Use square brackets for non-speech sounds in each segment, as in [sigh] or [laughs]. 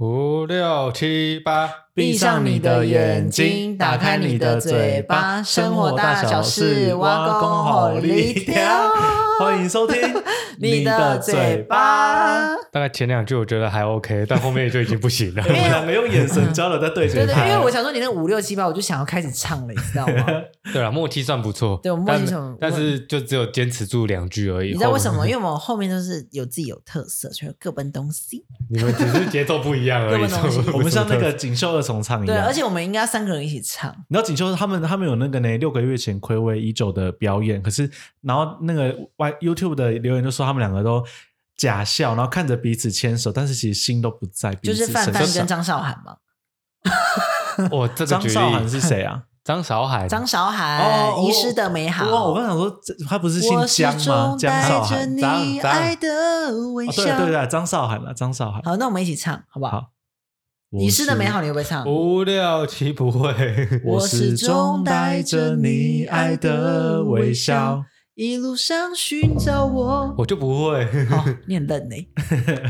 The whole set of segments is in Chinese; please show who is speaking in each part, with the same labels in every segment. Speaker 1: 五六七八，
Speaker 2: 闭上你的眼睛，打开你的嘴巴，生活大小事，挖工好力条。
Speaker 3: [laughs] 欢迎收听
Speaker 2: [laughs] 你的嘴巴，
Speaker 1: 大概前两句我觉得还 OK，但后面就已经不行
Speaker 2: [laughs]
Speaker 1: 了
Speaker 3: [laughs] 我。们两个用眼神交流在对
Speaker 2: 对
Speaker 3: 嘴
Speaker 2: 对，
Speaker 3: 拍
Speaker 2: 因为我想说你那五六七八，我就想要开始唱了，你知道
Speaker 3: [laughs]
Speaker 2: 吗？
Speaker 1: [laughs] 对了，默契算不错，
Speaker 2: 对我们默契算不错
Speaker 1: 但但是就只有坚持住两句而已。
Speaker 2: 你知道为
Speaker 1: 后
Speaker 2: 什么？因为我们后面都是有自己有特色，所以各奔东西。
Speaker 1: [laughs] 你们只是节奏不一
Speaker 2: [laughs]
Speaker 1: 样而
Speaker 2: 各
Speaker 1: 已
Speaker 2: 奔东西。
Speaker 1: 是不是
Speaker 3: 我们像那个锦绣二重唱一
Speaker 2: 对，
Speaker 3: 样
Speaker 2: 而。且我们应该三个人一起唱。
Speaker 3: 然后锦绣他们他们有那个呢，六个月前暌违已久的表演，可是然后那个 Y YouTube 的留言就说他们两个都假笑，然后看着彼此牵手，但是其实心都不在彼
Speaker 2: 就
Speaker 3: 此
Speaker 2: 是
Speaker 3: 身上。
Speaker 2: 范范跟张韶涵
Speaker 3: 嗯
Speaker 2: 嘛，
Speaker 1: 我哦这个
Speaker 3: 张
Speaker 1: 举
Speaker 3: 韶涵
Speaker 1: 例
Speaker 3: 是？谁啊？
Speaker 1: 张韶涵，
Speaker 2: 张韶涵
Speaker 3: 哦
Speaker 2: 《
Speaker 3: 我
Speaker 2: 遗失的美 [laughs] 好》。
Speaker 3: 哇，我刚想说这他不是姓
Speaker 2: 我始
Speaker 3: 江吗
Speaker 2: 终？
Speaker 3: 江
Speaker 2: 带
Speaker 3: 韶
Speaker 2: 着
Speaker 3: 涵，
Speaker 2: 你
Speaker 1: 张
Speaker 2: 爱的微
Speaker 3: 哦
Speaker 2: 笑。
Speaker 3: 对对对，张韶涵啊，张韶涵。
Speaker 2: 好，那我们一起唱好不好？
Speaker 3: 好我
Speaker 2: 遗失的美好，你会不会唱？
Speaker 1: 五六七不会， [laughs]
Speaker 3: 我始终带着你爱的微笑。
Speaker 2: 一路上寻
Speaker 1: [laughs]
Speaker 2: 找我。
Speaker 1: 我就不会。
Speaker 2: 好，你很嫩呢、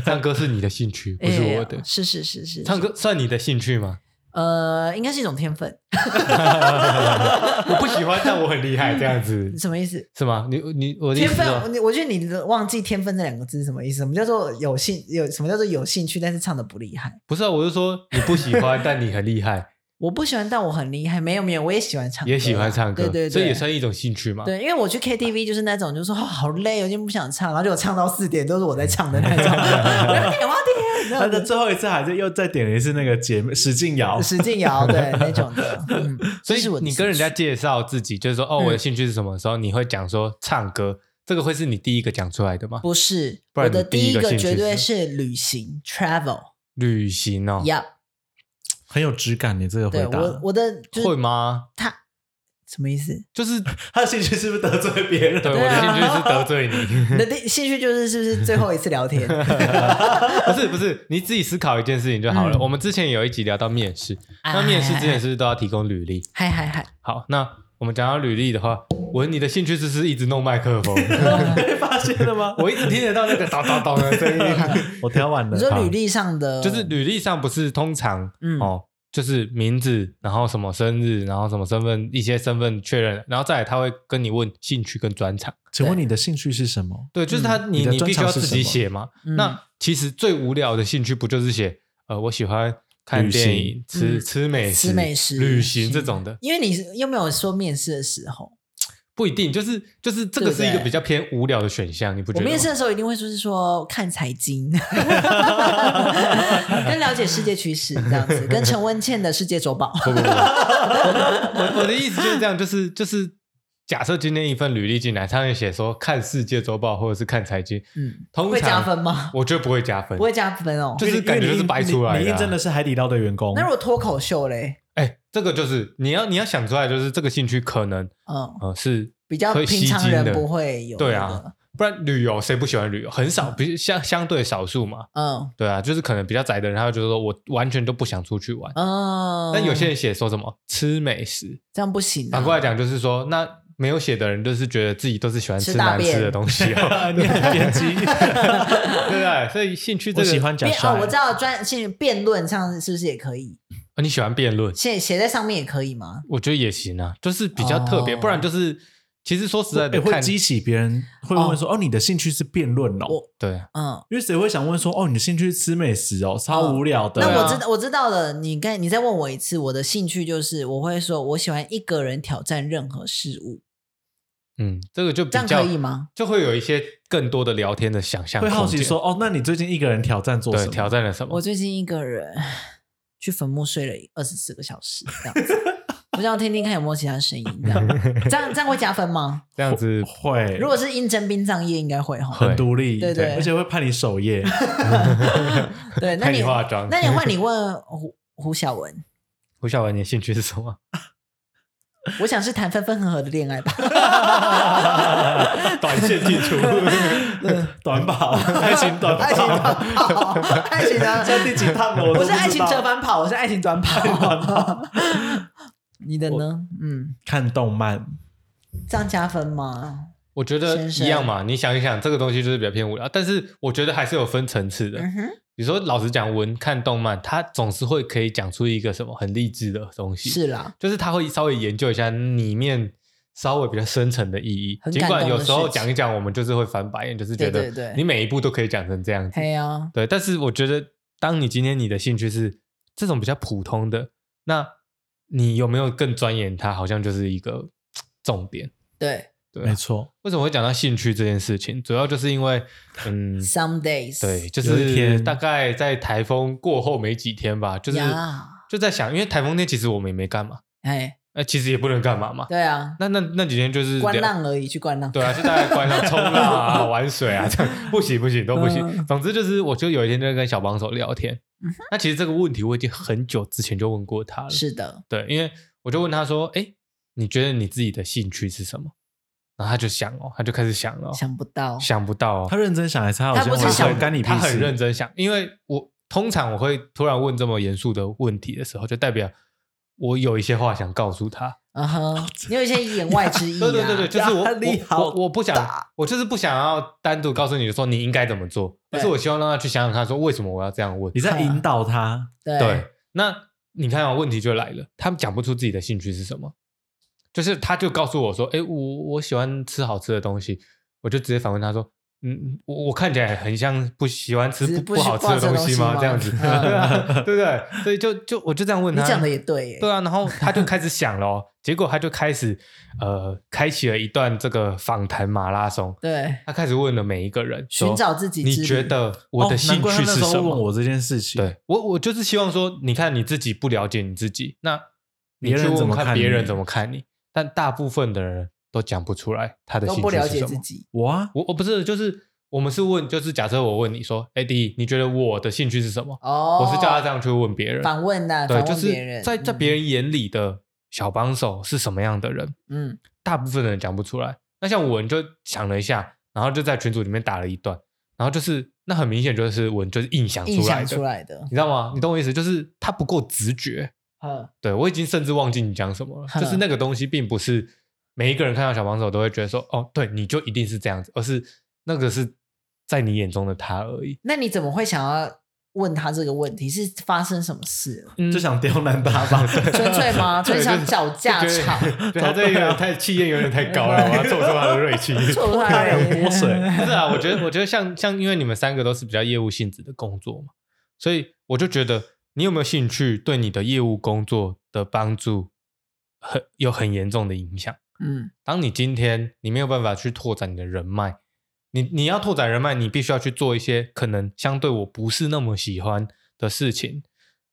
Speaker 1: 唱歌是你的兴
Speaker 2: [laughs]
Speaker 1: 趣，
Speaker 2: 哎
Speaker 1: 不是 [laughs] 我的。
Speaker 2: 是是是是，
Speaker 1: 唱歌算你的兴趣吗？
Speaker 2: 呃，应该是一种天分，
Speaker 1: 我不喜欢，但我很厉害，这样
Speaker 2: [laughs]
Speaker 1: 子
Speaker 2: 什么意思？
Speaker 1: 是吗？你你我的意
Speaker 2: 嗯天
Speaker 1: 思是
Speaker 2: 分，
Speaker 1: 说
Speaker 2: 我我觉得你忘记“天分”这两个字是什么意思？什么叫做有兴有？什么叫做有兴趣，但是唱的不厉害？
Speaker 1: 不是啊，我是说你不喜欢，但你很厉害，
Speaker 2: 我不喜欢，但我很厉害。没有没有，我也喜欢唱歌啊，
Speaker 1: 也喜欢唱歌，
Speaker 2: 对对对，
Speaker 1: 所以也算一种兴趣嘛。
Speaker 2: 对，因为我去 KTV 就是那种，就是说、哦、好累，我今天不想唱，然后就我唱到四点都是我在唱的
Speaker 1: [laughs]
Speaker 2: 那种， [laughs] 我要点我要点，
Speaker 3: 他
Speaker 2: 然
Speaker 3: 的
Speaker 2: 后
Speaker 3: 最后一次还是又再点了一次那个姐妹史静瑶，
Speaker 2: 使劲摇，
Speaker 1: [laughs]
Speaker 2: 对那种的。嗯，
Speaker 1: 哦所
Speaker 2: 这是我
Speaker 1: 以
Speaker 2: 的
Speaker 1: 你跟人家介绍自己，就是说哦，
Speaker 2: 嗯
Speaker 1: 我的兴趣是什么的时候，你会讲说唱歌，这个会是你第一个讲出来的吗？
Speaker 2: 不是
Speaker 1: 不
Speaker 2: 我
Speaker 1: 然你
Speaker 2: 的
Speaker 1: 第
Speaker 2: 第
Speaker 1: 一个
Speaker 2: 个
Speaker 1: 兴
Speaker 2: 绝
Speaker 1: 趣
Speaker 2: 对
Speaker 1: 是
Speaker 2: 是旅行 travel，yep，、
Speaker 1: 旅行哦，
Speaker 2: Yup，
Speaker 3: 很有质感。你这个回
Speaker 2: 对
Speaker 3: 答，
Speaker 2: 我我的就是
Speaker 1: 会吗？
Speaker 2: 他什么
Speaker 1: [laughs]
Speaker 2: 意思？
Speaker 1: 就是
Speaker 3: 他的兴趣是不是得罪别人？
Speaker 1: 对我
Speaker 2: [laughs] 对
Speaker 1: 的
Speaker 2: 啊
Speaker 1: 兴趣是得罪
Speaker 2: [laughs]
Speaker 1: 你，
Speaker 2: 你的第兴趣就是是不是最后一次聊天？
Speaker 1: 不是不是，你自己思考一件事情就好了。
Speaker 2: 嗯
Speaker 1: 我们之前有一集聊到面试，[laughs]
Speaker 2: 啊哎
Speaker 1: 那面试之前是不是都要提供履历？
Speaker 2: 嗨嗨嗨，
Speaker 1: 好，那我们讲到履历的话，文，你的兴趣是不是一直弄麦克风？ [laughs]
Speaker 3: 被发现了吗？
Speaker 1: 我一直听得到那个 [laughs] 叨叨叨的声音。
Speaker 2: [laughs]
Speaker 3: 我挑完了
Speaker 2: 你，说履历上的
Speaker 1: 就是履历上不是通常、
Speaker 2: 嗯
Speaker 1: 哦，就是名字，然后什么生日，然后什么身份，一些身份确认，然后再来他会跟你问兴趣跟专长。
Speaker 3: 请问你的兴趣是什么？
Speaker 1: 对，就是他、
Speaker 3: 你
Speaker 1: 你
Speaker 3: 的
Speaker 1: 你
Speaker 3: 专
Speaker 1: 必须要
Speaker 3: 长是
Speaker 1: 自己
Speaker 3: 什么
Speaker 1: 写嘛。
Speaker 2: 嗯
Speaker 1: 那其实最无聊的兴趣不就是写呃，我喜欢看
Speaker 3: 旅
Speaker 1: 电影
Speaker 3: 行、
Speaker 1: 吃、
Speaker 2: 嗯
Speaker 1: 吃美食、
Speaker 2: 吃美食
Speaker 1: 旅行这种的，
Speaker 2: 因为你是又没有说面试的时候，
Speaker 1: 不一定就是就是这个
Speaker 2: 对不
Speaker 1: 是一个
Speaker 2: 对
Speaker 1: 比较偏无聊的选项，你不觉得
Speaker 2: 我
Speaker 1: 吗？
Speaker 2: 面试的时候一定会说是说看
Speaker 1: [laughs]
Speaker 2: 财经，跟了解世界趋势这样子，跟陈文茜的世界周报。
Speaker 1: 不不不，我我的意思就是这样，就是就是，假设今天一份履历进来，他会写说看世界周报或者是看财经，
Speaker 2: 嗯，
Speaker 1: 通常
Speaker 2: 会加分吗
Speaker 1: 我觉得不会加分
Speaker 2: 不。会加分哦。
Speaker 1: 就是感觉就是掰出来的啊
Speaker 3: 你应征的是海底捞的员工
Speaker 2: 那，如果脱口秀嘞，
Speaker 1: 哎，这个就是你要你要想出来，就是这个兴趣可能
Speaker 2: 嗯，
Speaker 1: 呃是
Speaker 2: 比较
Speaker 1: 会
Speaker 2: 平
Speaker 1: 吸
Speaker 2: 常
Speaker 1: 睛
Speaker 2: 人
Speaker 1: 的
Speaker 2: 不会有、那个。
Speaker 1: 对啊，不然旅游谁不喜欢旅游？很少，比相相对少数嘛。
Speaker 2: 嗯
Speaker 1: 对啊，就是可能比较宅的人，他会觉得说我完全都不想出去玩。
Speaker 2: 嗯。
Speaker 1: 但有些人写说什么吃美食，
Speaker 2: 这样不行、啊，
Speaker 1: 反过来讲就是说，那没有写的人就是觉得自己都是喜欢吃
Speaker 2: 吃大
Speaker 1: 难吃
Speaker 2: 便
Speaker 1: 的东西哦。
Speaker 2: [laughs]
Speaker 3: [laughs] 你很偏
Speaker 1: [laughs]
Speaker 3: 激。
Speaker 1: 对不对？所以兴趣这
Speaker 3: 我
Speaker 1: 个，
Speaker 3: 喜欢假
Speaker 2: 辩
Speaker 3: 帅
Speaker 2: 哦，我知道专现辩论上是不是也可以？
Speaker 1: 啊你喜欢辩论，
Speaker 2: 写写在上面也可以吗？
Speaker 1: 我觉得也行啊，就是比较特别，
Speaker 2: 哦
Speaker 1: 不然就是其实说实在
Speaker 3: 哎
Speaker 1: 的，
Speaker 3: 会
Speaker 1: 看
Speaker 3: 激起别人会问说：“哦，你的兴趣是辩论哦
Speaker 2: 我
Speaker 1: 对啊
Speaker 2: 嗯，？”
Speaker 3: 因为谁会想问说：“哦，你的兴趣是吃美食哦，超无聊的。”
Speaker 2: 那
Speaker 1: 对啊
Speaker 2: 我知道我知道了。你刚你再问我一次，我的兴趣就是我会说我喜欢一个人挑战任何事物，
Speaker 1: 嗯，这个就比
Speaker 2: 这样
Speaker 1: 较
Speaker 2: 可以吗？
Speaker 1: 就会有一些更多的聊天的想象
Speaker 3: 会
Speaker 1: 空间，
Speaker 3: 好奇说：“哦，那你最近一个人挑战做什
Speaker 1: 对
Speaker 3: 么？”
Speaker 1: 挑战了什么
Speaker 2: 我？最近一个人去坟墓睡了二十四个小时，这样子。我想要听听看有没有其他声音，这样这样这样会加分吗？
Speaker 1: 这样子
Speaker 3: 会，
Speaker 2: 如果是应征殡葬业，应该会哈。
Speaker 1: 会
Speaker 3: 很独立，
Speaker 2: 对对
Speaker 3: 而且会判你守夜。
Speaker 2: 对，那
Speaker 1: 看
Speaker 2: 你
Speaker 1: 你化妆
Speaker 3: [laughs]
Speaker 2: 那你换你问胡胡小文， [laughs]
Speaker 1: 胡小文，你的兴趣是什么？
Speaker 2: 我想是谈分分合合的恋爱吧。
Speaker 1: [laughs] 短线进出，
Speaker 2: [laughs]
Speaker 3: 短跑， [laughs] 爱情短跑，
Speaker 2: 爱情短跑，爱情短跑，
Speaker 3: 这第几趟了？
Speaker 2: 我
Speaker 3: 我都不
Speaker 2: 是
Speaker 3: 知道
Speaker 2: 爱情折返跑，我是爱情短跑。你的呢？嗯，
Speaker 3: 看动漫，
Speaker 2: 这样加分吗？
Speaker 1: 我觉得
Speaker 2: 先生
Speaker 1: 一样嘛。你想一想，这个东西就是比较偏无聊，但是我觉得还是有分层次的。
Speaker 2: 嗯哼，
Speaker 1: 比如说，老实讲，文看动漫，他总是会可以讲出一个什么很励志的东西，
Speaker 2: 是啦，
Speaker 1: 就是他会稍微研究一下里面稍微比较深层的意义。
Speaker 2: 很
Speaker 1: 尽
Speaker 2: 感动
Speaker 1: 管
Speaker 2: 的
Speaker 1: 有时候
Speaker 2: 事情
Speaker 1: 讲一讲，我们就是会翻白眼，就是觉
Speaker 2: 对对
Speaker 1: 得
Speaker 2: 对
Speaker 1: 你每一步都可以讲成这样子。
Speaker 2: 嘿呀，
Speaker 1: 对，但是我觉得，当你今天你的兴趣是这种比较普通的，那你有没有更钻研它，好像就是一个重点。
Speaker 2: 对
Speaker 1: 对啊、
Speaker 3: 没错，
Speaker 1: 为什么会讲到兴趣这件事情？主要就是因为，
Speaker 3: [laughs]
Speaker 1: 嗯，
Speaker 2: ，some days，
Speaker 1: 对，就
Speaker 3: 有一
Speaker 1: 是
Speaker 3: 天
Speaker 1: 大概在台风过后没几天吧，就是
Speaker 2: 呀，
Speaker 1: 就在想，因为台风天其实我们也没干嘛，
Speaker 2: 哎，
Speaker 1: 那、其实也不能干嘛嘛。
Speaker 2: 对啊，
Speaker 1: 那那那几天就是
Speaker 2: 观
Speaker 1: 聊
Speaker 2: 浪而已，去观
Speaker 1: [laughs]
Speaker 2: 浪，
Speaker 1: 对啊，就大概观赏冲浪啊、 [laughs] 玩水啊，这样不行不行都不行。
Speaker 2: 嗯
Speaker 1: 总之就是，我就有一天就跟小帮手聊天
Speaker 2: 嗯哼，
Speaker 1: 那其实这个问题我已经很久之前就问过他了。
Speaker 2: 是的，
Speaker 1: 对，因为我就问他说：“哎，你觉得你自己的兴趣是什么？”然后他就想哦，他就开始想哦，
Speaker 2: 想不到，
Speaker 1: 想不到哦
Speaker 3: 他，认真想还是他好像
Speaker 2: 他不是
Speaker 3: 会
Speaker 2: 想
Speaker 3: 干你屁事？
Speaker 1: 他很认真想，因为我通常我会突然问这么严肃的问题的时候，就代表我有一些话想告诉他。
Speaker 2: 嗯哼，你有一些言外之意
Speaker 1: [laughs]
Speaker 2: 啊，
Speaker 1: 对对对对，就是我
Speaker 2: 压力
Speaker 1: 我
Speaker 2: 好
Speaker 1: 我我不想，我就是不想要单独告诉你说你应该怎么做，而
Speaker 2: 对
Speaker 1: 是我希望让他去想想看，说为什么我要这样问
Speaker 3: 你。在引导他，
Speaker 1: 对，那你看、哦，问题就来了，他们讲不出自己的兴趣是什么，就是他就告诉我说，哎，我我喜欢吃好吃的东西，我就直接反问他说。嗯，我我看起来很像不喜欢吃
Speaker 2: 是
Speaker 1: 不
Speaker 2: 不
Speaker 1: 不好吃的东西吗？
Speaker 2: 不好吃的东西吗
Speaker 1: 这样子，
Speaker 2: 嗯
Speaker 1: 对啊 [laughs] 对不对？所以就就我就这样问
Speaker 2: 你
Speaker 1: 他，
Speaker 2: 讲的也对耶，
Speaker 1: 对啊，然后他就开始想了、哦，结果他就开始呃，开启了一段这个访谈马拉松。
Speaker 2: 对，
Speaker 1: 他开始问了每一个人，说
Speaker 2: 寻找自己之
Speaker 1: 你
Speaker 2: 旅，
Speaker 1: 觉得我的
Speaker 3: 哦
Speaker 1: 兴
Speaker 3: 难怪他
Speaker 1: 趣
Speaker 3: 那
Speaker 1: 是
Speaker 3: 时
Speaker 1: 什
Speaker 3: 候
Speaker 1: 么？
Speaker 3: 问我这件事情，
Speaker 1: 对我，我就是希望说，你看你自己不了解你自己，那你
Speaker 3: 别人
Speaker 1: 去问
Speaker 3: 怎么
Speaker 1: 问看
Speaker 3: 看
Speaker 1: 别人
Speaker 3: 你
Speaker 1: 怎么看你。但大部分的人都讲不出来他的
Speaker 2: 都
Speaker 1: 兴
Speaker 2: 不
Speaker 1: 趣
Speaker 2: 了
Speaker 1: 是
Speaker 2: 解
Speaker 1: 什
Speaker 2: 自
Speaker 1: 么。
Speaker 2: 己，
Speaker 3: 我啊，
Speaker 1: 我我不是，就是我们是问，就是假设我问你说，哎，第一，你觉得我的兴趣是什么？
Speaker 2: 哦，
Speaker 1: 我是叫他这样去问别人，
Speaker 2: 反问呐，
Speaker 1: 对，
Speaker 2: 反
Speaker 1: 就
Speaker 2: 问别人，嗯
Speaker 1: 是在在别人眼里的小帮手是什么样的人，
Speaker 2: 嗯，嗯，
Speaker 1: 大部分的人讲不出来。那像文就想了一下，然后就在群组里面打了一段，然后就是那很明显就是文就是硬想
Speaker 2: 印
Speaker 1: 出来
Speaker 2: 象
Speaker 1: 的，嗯
Speaker 2: 出来的
Speaker 1: 你，知道吗？你懂我意思，就是他不够直觉。
Speaker 2: 嗯，
Speaker 1: 对我已经甚至忘记你讲什么了，
Speaker 2: 哼
Speaker 1: 就是那个东西并不是每一个人看到小帮手都会觉得说哦，对，你就一定是这样子，而是那个是在你眼中的他而已。
Speaker 2: 那你怎么会想要问他这个问题？是发生什么事了？
Speaker 1: 嗯
Speaker 3: 就想刁
Speaker 1: [laughs]
Speaker 3: 难他
Speaker 2: [laughs]
Speaker 3: 吧，
Speaker 2: 纯粹吗？纯粹想找架
Speaker 1: 就觉得
Speaker 2: 吵，
Speaker 1: [laughs] 对他这个太气焰有点太高了，我要做出他的锐气。
Speaker 2: 错
Speaker 3: 他
Speaker 2: 坏
Speaker 3: 两泼水，
Speaker 1: 不是啊，我觉得，我觉得像像，因为你们三个都是比较业务性质的工作嘛，所以我就觉得你有没有兴趣，对你的业务工作的帮助很有很严重的影响。
Speaker 2: 嗯，
Speaker 1: 当你今天你没有办法去拓展你的人脉，你你要拓展人脉，你必须要去做一些可能相对我不是那么喜欢的事情，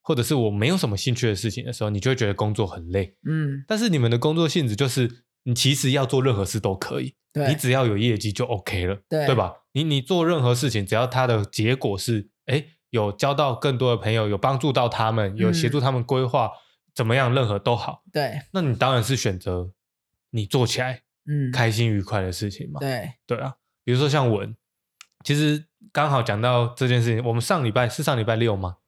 Speaker 1: 或者是我没有什么兴趣的事情的时候，你就会觉得工作很累。
Speaker 2: 嗯，
Speaker 1: 但是你们的工作性质就是，你其实要做任何事都可以，你
Speaker 2: 对，
Speaker 1: 只要有业绩就 OK 了，
Speaker 2: 对
Speaker 1: 吧？你你做任何事情，只要它的结果是，哎，有交到更多的朋友，有帮助到他们，有协助
Speaker 2: 嗯
Speaker 1: 他们规划、怎么样，任何都好，
Speaker 2: 对，
Speaker 1: 那你当然是选择你做起来
Speaker 2: 嗯，
Speaker 1: 开心愉快的事情嘛。
Speaker 2: 对，
Speaker 1: 对啊，比如说像文，其实刚好讲到这件事情，我们上礼拜是上礼拜六吗？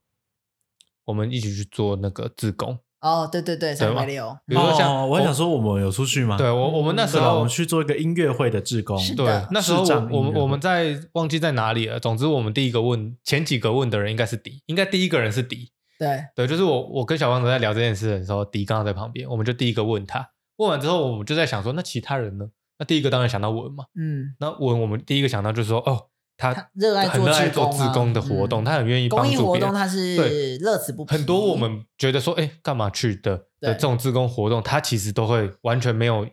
Speaker 1: 我们一起去做那个自工，
Speaker 2: 哦，对对对，三
Speaker 1: 吗
Speaker 2: 百六，
Speaker 1: 比如说像
Speaker 3: 哦，我还想说我们有出去吗？
Speaker 1: 对我我们那时
Speaker 3: 对啊，
Speaker 1: 候
Speaker 3: 我们去做一个音乐会的志工，
Speaker 2: 是的
Speaker 1: 对，那时候
Speaker 3: 视障
Speaker 1: 我我
Speaker 3: 音乐
Speaker 1: 们
Speaker 3: 会
Speaker 1: 我们在忘记在哪里了。总之，我们第一个问前几个问的人应该是迪，应该第一个人是迪。
Speaker 2: 对，
Speaker 1: 对，就是我我跟小王子在聊这件事的时候，迪刚好在旁边，我们就第一个问他。问完之后，我们就在想说，那其他人呢？那第一个当然想到文嘛。
Speaker 2: 嗯，
Speaker 1: 那文我们第一个想到就是说，哦，他
Speaker 2: 他热爱
Speaker 1: 很
Speaker 2: 做
Speaker 1: 热爱
Speaker 2: 志
Speaker 1: 做自工
Speaker 2: 工啊嗯
Speaker 1: 的活动，他很愿意帮
Speaker 2: 公益
Speaker 1: 助
Speaker 2: 活
Speaker 1: 别
Speaker 2: 动，
Speaker 1: 人。
Speaker 2: 他是
Speaker 1: 对
Speaker 2: 乐此不疲，
Speaker 1: 很多我们觉得说，哎，干嘛去的的
Speaker 2: 对
Speaker 1: 这种自工活动，他其实都会完全没有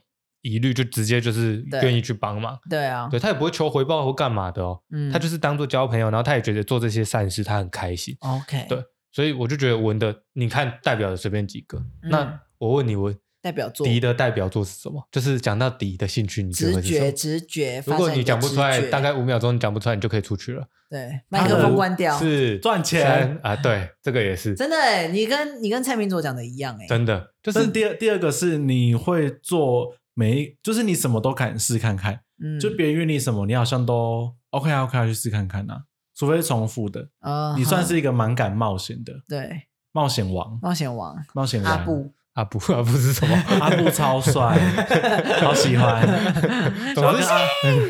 Speaker 1: 疑虑，就直接就是
Speaker 2: 对
Speaker 1: 愿意去帮忙。
Speaker 2: 对啊，
Speaker 1: 对他也不会求回报或干嘛的哦，
Speaker 2: 嗯，
Speaker 1: 他就是当做交朋友，然后他也觉得做这些善事他很开心，
Speaker 2: OK，
Speaker 1: 对所以我就觉得文的，你看代表的随便几个，
Speaker 2: 嗯
Speaker 1: 那我问你文，
Speaker 2: 代表作，
Speaker 1: 迪的代表作是什么？就是讲到迪的兴趣，你觉得
Speaker 2: 直
Speaker 1: 会是什
Speaker 2: 觉
Speaker 1: 么？
Speaker 2: 直觉。
Speaker 1: 如果
Speaker 2: 发展
Speaker 1: 你
Speaker 2: 一个
Speaker 1: 讲不
Speaker 2: 直
Speaker 1: 出来，
Speaker 2: 觉
Speaker 1: 大概五秒钟你讲不出来，你就可以出去了。
Speaker 2: 对麦克风关掉。
Speaker 1: 是
Speaker 3: 赚钱
Speaker 1: 啊，对，这个也是
Speaker 2: 真的欸，你跟你跟蔡明佐讲的一样哎，
Speaker 1: 真的，就是
Speaker 3: 但是第二第二个是你会做每一，就是你什么都敢试看看，
Speaker 2: 嗯，
Speaker 3: 就别人约你什么，你好像都 OK 啊 OK 啊去试看看啊，除非是重复的，
Speaker 2: 啊
Speaker 3: 你算
Speaker 2: 哈
Speaker 3: 是一个蛮敢冒险的
Speaker 2: 对
Speaker 3: 冒险王，
Speaker 2: 冒险王
Speaker 3: 冒险
Speaker 2: 阿
Speaker 3: 王。
Speaker 2: 布，
Speaker 1: 啊不啊不是什
Speaker 3: [laughs]
Speaker 1: 么
Speaker 3: 阿布超帅，
Speaker 2: [laughs]
Speaker 3: 好喜欢。
Speaker 1: [laughs] [laughs] 总
Speaker 3: 小 [laughs]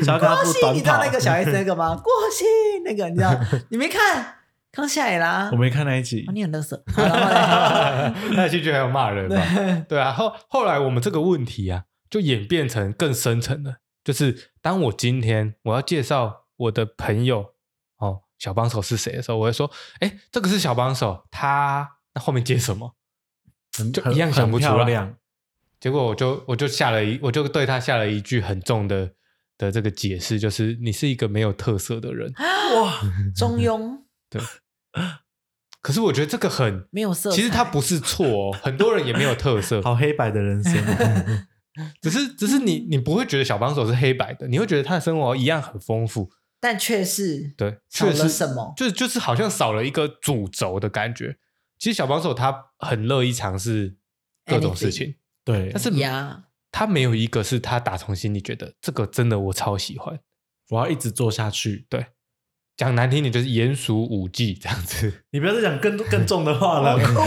Speaker 1: 之
Speaker 3: 跟阿小跟阿
Speaker 2: 郭
Speaker 3: 布
Speaker 2: 熙，
Speaker 3: 短
Speaker 2: 你知道
Speaker 3: 跑
Speaker 2: 那，个小 S 那个吗？郭熙那个
Speaker 1: [laughs]
Speaker 2: 你知道？你没看康熙啦？
Speaker 3: 我没看那一集
Speaker 2: 哦，。你很乐色。
Speaker 1: [laughs]
Speaker 2: 好然后嘞
Speaker 1: 那进去还有骂人嘛？对啊，后后来我们这个问题啊，就演变成更深层的，就是当我今天我要介绍我的朋友哦小帮手是谁的时候，我会说，哎，这个是小帮手，他那后面接什么？就
Speaker 3: 很
Speaker 1: 一样想不出
Speaker 3: 很
Speaker 1: 来
Speaker 3: 漂
Speaker 2: [laughs]
Speaker 3: 亮。
Speaker 1: 结果我就我就下了一，我就对他下了一句很重的的这个解释，就是你是一个没有特色的人。
Speaker 2: 哇， [laughs] 中庸
Speaker 1: 可是我觉得这个很，
Speaker 2: 没有色彩，
Speaker 1: 其实他不是错哦，
Speaker 2: [laughs]
Speaker 1: 很多人也没有特色，
Speaker 3: 好黑白的人生，啊
Speaker 1: 只是只是你你不会觉得小帮手是黑白的，你会觉得他的生活一样很丰富，
Speaker 2: 但却是
Speaker 1: 对，确
Speaker 2: 少了
Speaker 1: 实
Speaker 2: 什么？
Speaker 1: 就就是好像少了一个主轴的感觉。其实小帮手他很乐意尝试各种事情，
Speaker 3: 对
Speaker 1: 但，是
Speaker 2: 呀，
Speaker 1: 他没有一个是他打从心里觉得这个真的我超喜欢。
Speaker 3: 我要一直做下去。
Speaker 1: 讲难听点就是严肃武技这样子，
Speaker 3: 你不要再讲更更重的
Speaker 2: [laughs]
Speaker 3: 话了，
Speaker 2: 苦了，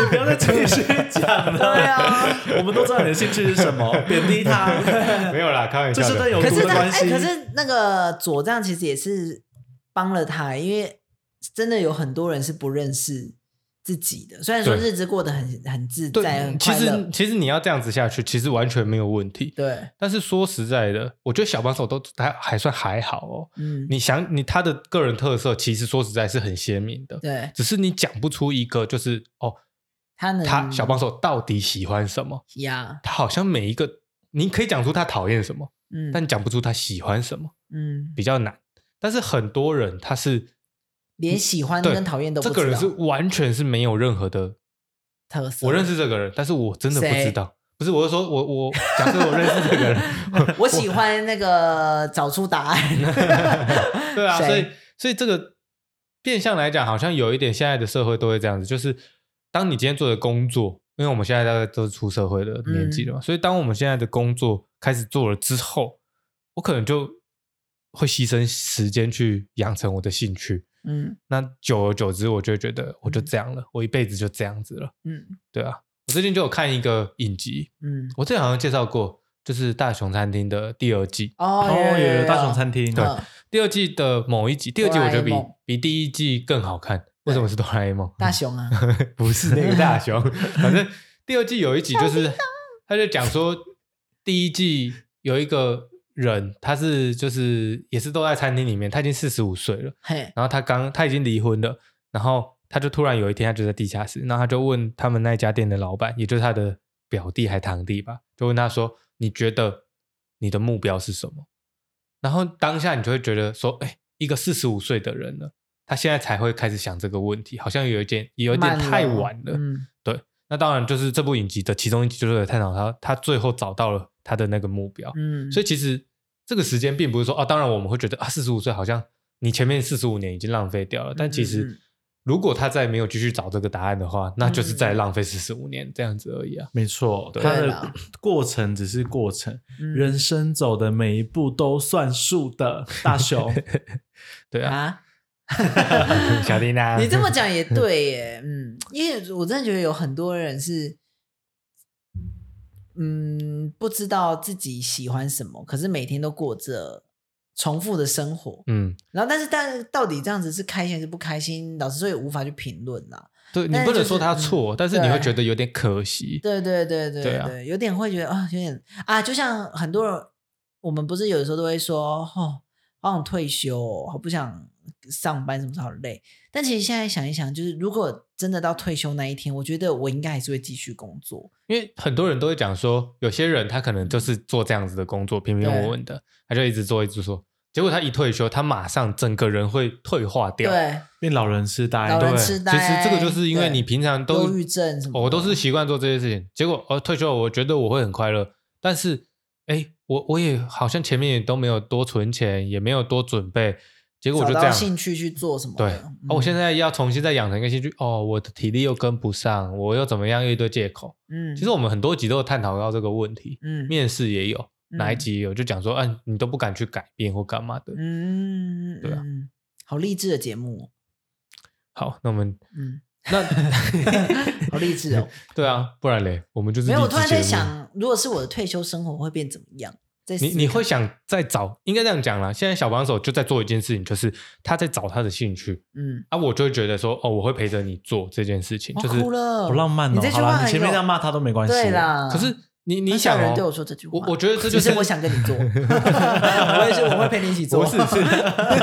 Speaker 3: 你不要再继续讲了。
Speaker 2: 对啊，
Speaker 3: 我们都知道你的兴趣是什么，贬低他，
Speaker 1: [laughs] 没有啦，开玩
Speaker 3: 这
Speaker 1: 笑
Speaker 3: 是对
Speaker 1: 的。
Speaker 3: 有
Speaker 2: 可
Speaker 3: 毒
Speaker 2: 是
Speaker 3: 的
Speaker 2: 他
Speaker 3: 关
Speaker 2: 哎，
Speaker 3: 系。
Speaker 2: 可是那个左藏其实也是帮了他，因为真的有很多人是不认识自己的，虽然说
Speaker 1: 对
Speaker 2: 日子过得很很自在，
Speaker 1: 对，
Speaker 2: 很
Speaker 1: 其
Speaker 2: 快
Speaker 1: 实
Speaker 2: 乐，
Speaker 1: 其实你要这样子下去，其实完全没有问题。
Speaker 2: 对，
Speaker 1: 但是说实在的，我觉得小帮手都还还算还好哦。
Speaker 2: 嗯，
Speaker 1: 你想，你他的个人特色其实说实在是很鲜明的，
Speaker 2: 对
Speaker 1: 只是你讲不出一个就是哦，
Speaker 2: 他能
Speaker 1: 他小帮手到底喜欢什么？
Speaker 2: 呀，
Speaker 1: 他好像每一个你可以讲出他讨厌什么，
Speaker 2: 嗯，
Speaker 1: 但讲不出他喜欢什么，
Speaker 2: 嗯，
Speaker 1: 比较难。但是很多人他是
Speaker 2: 连喜欢
Speaker 1: 对
Speaker 2: 跟讨厌都不
Speaker 1: 这
Speaker 2: 知道，
Speaker 1: 个人是完全是没有任何的，
Speaker 2: 特色。
Speaker 1: 我认识这个人，但是我真的不
Speaker 2: 谁
Speaker 1: 知道。不是，我是说我我假设我认识这个人，
Speaker 2: 我喜欢那个找出答
Speaker 1: [laughs]
Speaker 2: 案。
Speaker 1: 对啊，
Speaker 2: 谁
Speaker 1: 所以所以这个变相来讲，好像有一点现在的社会都会这样子，就是当你今天做的工作，因为我们现在大概都是出社会的年纪
Speaker 2: 嗯
Speaker 1: 了嘛，所以当我们现在的工作开始做了之后，我可能就会牺牲时间去养成我的兴趣。
Speaker 2: 嗯
Speaker 1: 那久而久之，我就会觉得我就这样了，我一辈子就这样子了，
Speaker 2: 嗯
Speaker 1: 对啊。我最近就有看一个影集，
Speaker 2: 嗯，
Speaker 1: 我之前好像介绍过，就是《大熊餐厅》的第二季。
Speaker 2: 哦，
Speaker 3: 哦，
Speaker 2: 有
Speaker 3: 有有大熊
Speaker 2: 餐
Speaker 3: 餐厅，
Speaker 1: 对第二季的某一集，第二季我觉得比
Speaker 2: 哆啦 A 梦
Speaker 1: 比第一季更好看。为什么是哆啦 A 梦？
Speaker 2: 大熊啊，
Speaker 1: [laughs] 不是那个大雄，反正第二季有一集就是，他就讲说，第一季有一个人，他是就是也是都在餐厅里面，他已经四十五岁了，
Speaker 2: 嘿，
Speaker 1: 然后他刚他已经离婚了，然后他就突然有一天他就在地下室，然后他就问他们那家店的老板，也就是他的表弟还堂弟吧，就问他说：“你觉得你的目标是什么？”然后当下你就会觉得说：“哎，一个四十五岁的人了，他现在才会开始想这个问题，好像有一点也有一点
Speaker 2: 慢了
Speaker 1: 太晚了。
Speaker 2: 嗯
Speaker 1: 对，那当然就是这部影集的其中一集就是有探讨他，他最后找到了他的那个目标。
Speaker 2: 嗯，
Speaker 1: 所
Speaker 2: 以
Speaker 1: 以其实这个时间并不是说啊，当然我们会觉得啊，四十五岁好像你前面四十五年已经浪费掉了，但其
Speaker 2: 嗯嗯
Speaker 1: 实如果他再没有继续找这个答案的话，那就是
Speaker 2: 嗯
Speaker 1: 再浪费四十五年这样子而已啊。
Speaker 3: 没错，
Speaker 1: 对
Speaker 3: 它
Speaker 2: 啦
Speaker 3: 的过程只是过程，
Speaker 2: 嗯
Speaker 3: 人生走的每一步都算数
Speaker 2: [laughs]
Speaker 3: 的。大熊，
Speaker 1: 对啊，
Speaker 2: 啊，
Speaker 1: 小丽娜
Speaker 2: [laughs] 你这么讲也对耶，嗯，因为我真的觉得有很多人是，嗯，不知道自己喜欢什么，可是每天都过着重复的生活，
Speaker 1: 嗯，
Speaker 2: 然后但是但到底这样子是开心还是不开心，老实说也无法去评论啦。
Speaker 1: 对你
Speaker 2: 但是
Speaker 1: 不
Speaker 2: 就
Speaker 1: 能
Speaker 2: 是嗯
Speaker 1: 说他错，但是你
Speaker 2: 对
Speaker 1: 会觉得有点可惜。
Speaker 2: 对对对对
Speaker 1: 对啊
Speaker 2: 有点会觉得啊、有点啊，就像很多人，我们不是有的时候都会说，哦，好想退休、哦，好不想上班，什么时候好累。但其实现在想一想，就是如果真的到退休那一天，我觉得我应该还是会继续工作。
Speaker 1: 因为很多人都会讲说，有些人他可能就是做这样子的工作，平平稳稳的，他就一直做一直做，结果他一退休，他马上整个人会退化掉。
Speaker 2: 对，
Speaker 3: 变老人痴呆，
Speaker 2: 老
Speaker 1: 对，
Speaker 2: 人痴呆
Speaker 1: 其实这个就是因为你平常都
Speaker 2: 忧郁症什么的
Speaker 1: 我都是习惯做这些事情，结果呃退休了，我觉得我会很快乐，但是哎，我我也好像前面也都没有多存钱，也没有多准备，结果我
Speaker 2: 找
Speaker 1: 就这
Speaker 2: 到
Speaker 1: 样。
Speaker 2: 兴嗯趣去做什么
Speaker 1: 对，
Speaker 2: 的。
Speaker 1: 哦，我现在要重新再养成一个兴趣，哦，我的体力又跟不上，我又怎么样，又一堆借口。
Speaker 2: 嗯，嗯
Speaker 1: 其实我们很多集都有探讨到这个问题，
Speaker 2: 嗯
Speaker 1: 面试也有，哪一
Speaker 2: 嗯
Speaker 1: 集也有，就讲说，嗯、你都不敢去改变或干嘛的。
Speaker 2: 嗯，
Speaker 1: 对啊
Speaker 2: 嗯，好励志的节目哦，
Speaker 1: 好，那我们
Speaker 2: 嗯，
Speaker 1: 那 [laughs]
Speaker 2: 好励志哦。
Speaker 1: 对啊，不然嘞，我们就是
Speaker 2: 没有，我
Speaker 1: 励志
Speaker 2: 突然在
Speaker 1: 节目
Speaker 2: 想，如果是我的退休生活会变怎么样？在
Speaker 1: 你你会想再找，应该这样讲啦。现在小帮手就在做一件事情，就是他在找他的兴趣
Speaker 2: 嗯，
Speaker 1: 啊，我就会觉得说，哦，我会陪着你做这件事情，
Speaker 2: 我
Speaker 1: 就是
Speaker 2: 哦哭。了，
Speaker 3: 好浪漫哦。
Speaker 2: 你这句
Speaker 3: 好
Speaker 2: 话
Speaker 3: 啦，
Speaker 2: 很
Speaker 3: 你前面
Speaker 2: 有
Speaker 3: 这样骂他都没关系。
Speaker 2: 对，啦，
Speaker 1: 可是你你
Speaker 2: 很少
Speaker 1: 想
Speaker 2: 人
Speaker 1: 哦，
Speaker 2: 对我说这句话，
Speaker 1: 我我觉得这
Speaker 2: 其
Speaker 1: 就
Speaker 2: 实
Speaker 1: 是
Speaker 2: 我想
Speaker 1: [laughs]
Speaker 2: 跟你做，我也是我会陪你一起做，
Speaker 1: 不是是，
Speaker 2: [laughs]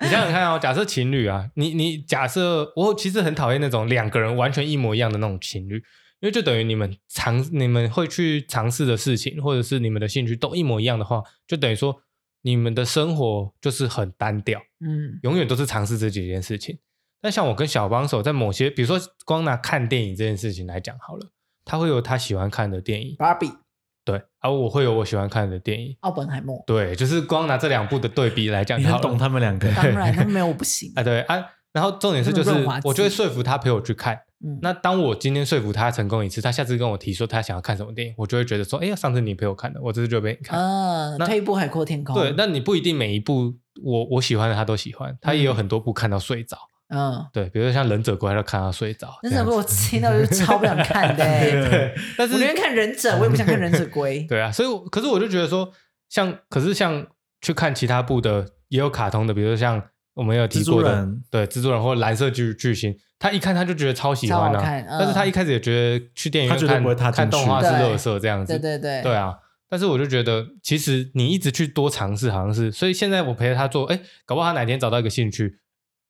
Speaker 1: 你想想看哦，假设情侣啊，你你假设我其实很讨厌那种两个人完全一模一样的那种情侣，因为就等于你们尝你们会去尝试的事情，或者是你们的兴趣都一模一样的话，就等于说你们的生活就是很单调，
Speaker 2: 嗯
Speaker 1: 永远都是尝试这几件事情。但像我跟小帮手在某些，比如说光拿看电影这件事情来讲好了，他会有他喜欢看的电影，
Speaker 2: ，Barbie，
Speaker 1: 对，而、我会有我喜欢看的电影。
Speaker 2: 奥本海
Speaker 1: [laughs]
Speaker 2: 默，
Speaker 1: 对，就是光拿这两部的对比来讲
Speaker 3: 你
Speaker 1: 就好
Speaker 3: 很
Speaker 1: 了，
Speaker 3: 懂他们两个。
Speaker 2: 当然他们没有我不行，
Speaker 1: 啊，对啊。然后重点是，就是
Speaker 2: 他们润滑剂
Speaker 1: 我就会说服他陪我去看。
Speaker 2: 嗯，
Speaker 1: 那当我今天说服他成功一次，他下次跟我提说他想要看什么电影，我就会觉得说，哎呀，上次你陪我看的，我这次就陪你看。
Speaker 2: 嗯，
Speaker 1: 那
Speaker 2: 退一步海阔天空，
Speaker 1: 对，那你不一定每一部我我喜欢的他都喜欢，他也有很多部看到睡着。
Speaker 2: 嗯，
Speaker 1: 对，比如说像《忍者龟》，他都看到睡着。
Speaker 2: 那
Speaker 1: 这
Speaker 2: 首
Speaker 1: 样
Speaker 2: 歌我听到就超不想看
Speaker 1: [laughs]
Speaker 2: 的欸，
Speaker 1: 对，但
Speaker 2: 我宁愿
Speaker 1: 是
Speaker 2: 看忍者，我也不想看忍者龟，
Speaker 1: 对啊，所以我可是我就觉得说，像可是像去看其他部的也有卡通的，比如说像我们有提
Speaker 3: 蜘蛛
Speaker 1: 过的，
Speaker 3: 人
Speaker 1: 对蜘蛛人或蓝色巨巨星，他一看他就觉得超喜
Speaker 2: 超
Speaker 1: 欢
Speaker 2: 好
Speaker 1: 啊，
Speaker 2: 看嗯
Speaker 1: 但是他一开始也觉得去电影
Speaker 3: 他
Speaker 1: 院
Speaker 3: 绝对
Speaker 1: 看
Speaker 3: 不会踏进
Speaker 1: 看动画
Speaker 2: 去
Speaker 1: 是
Speaker 2: 对
Speaker 1: 垃圾这样子，
Speaker 2: 对对
Speaker 1: [laughs]
Speaker 2: 对，
Speaker 1: 对啊。但是我就觉得，其实你一直去多尝试，好像是，所以现在我陪他做，哎，搞不好他哪天找到一个兴趣，